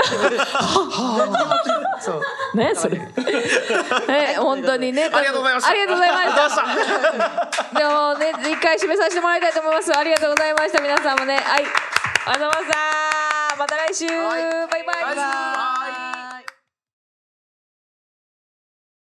そう
ねそれはい本当にねあ
りがとうございました
ありがとうございま したでもね一回締めさせてもらいたいと思いますありがとうございました皆さんもねはいありがとうございましたまた来週、バイバイ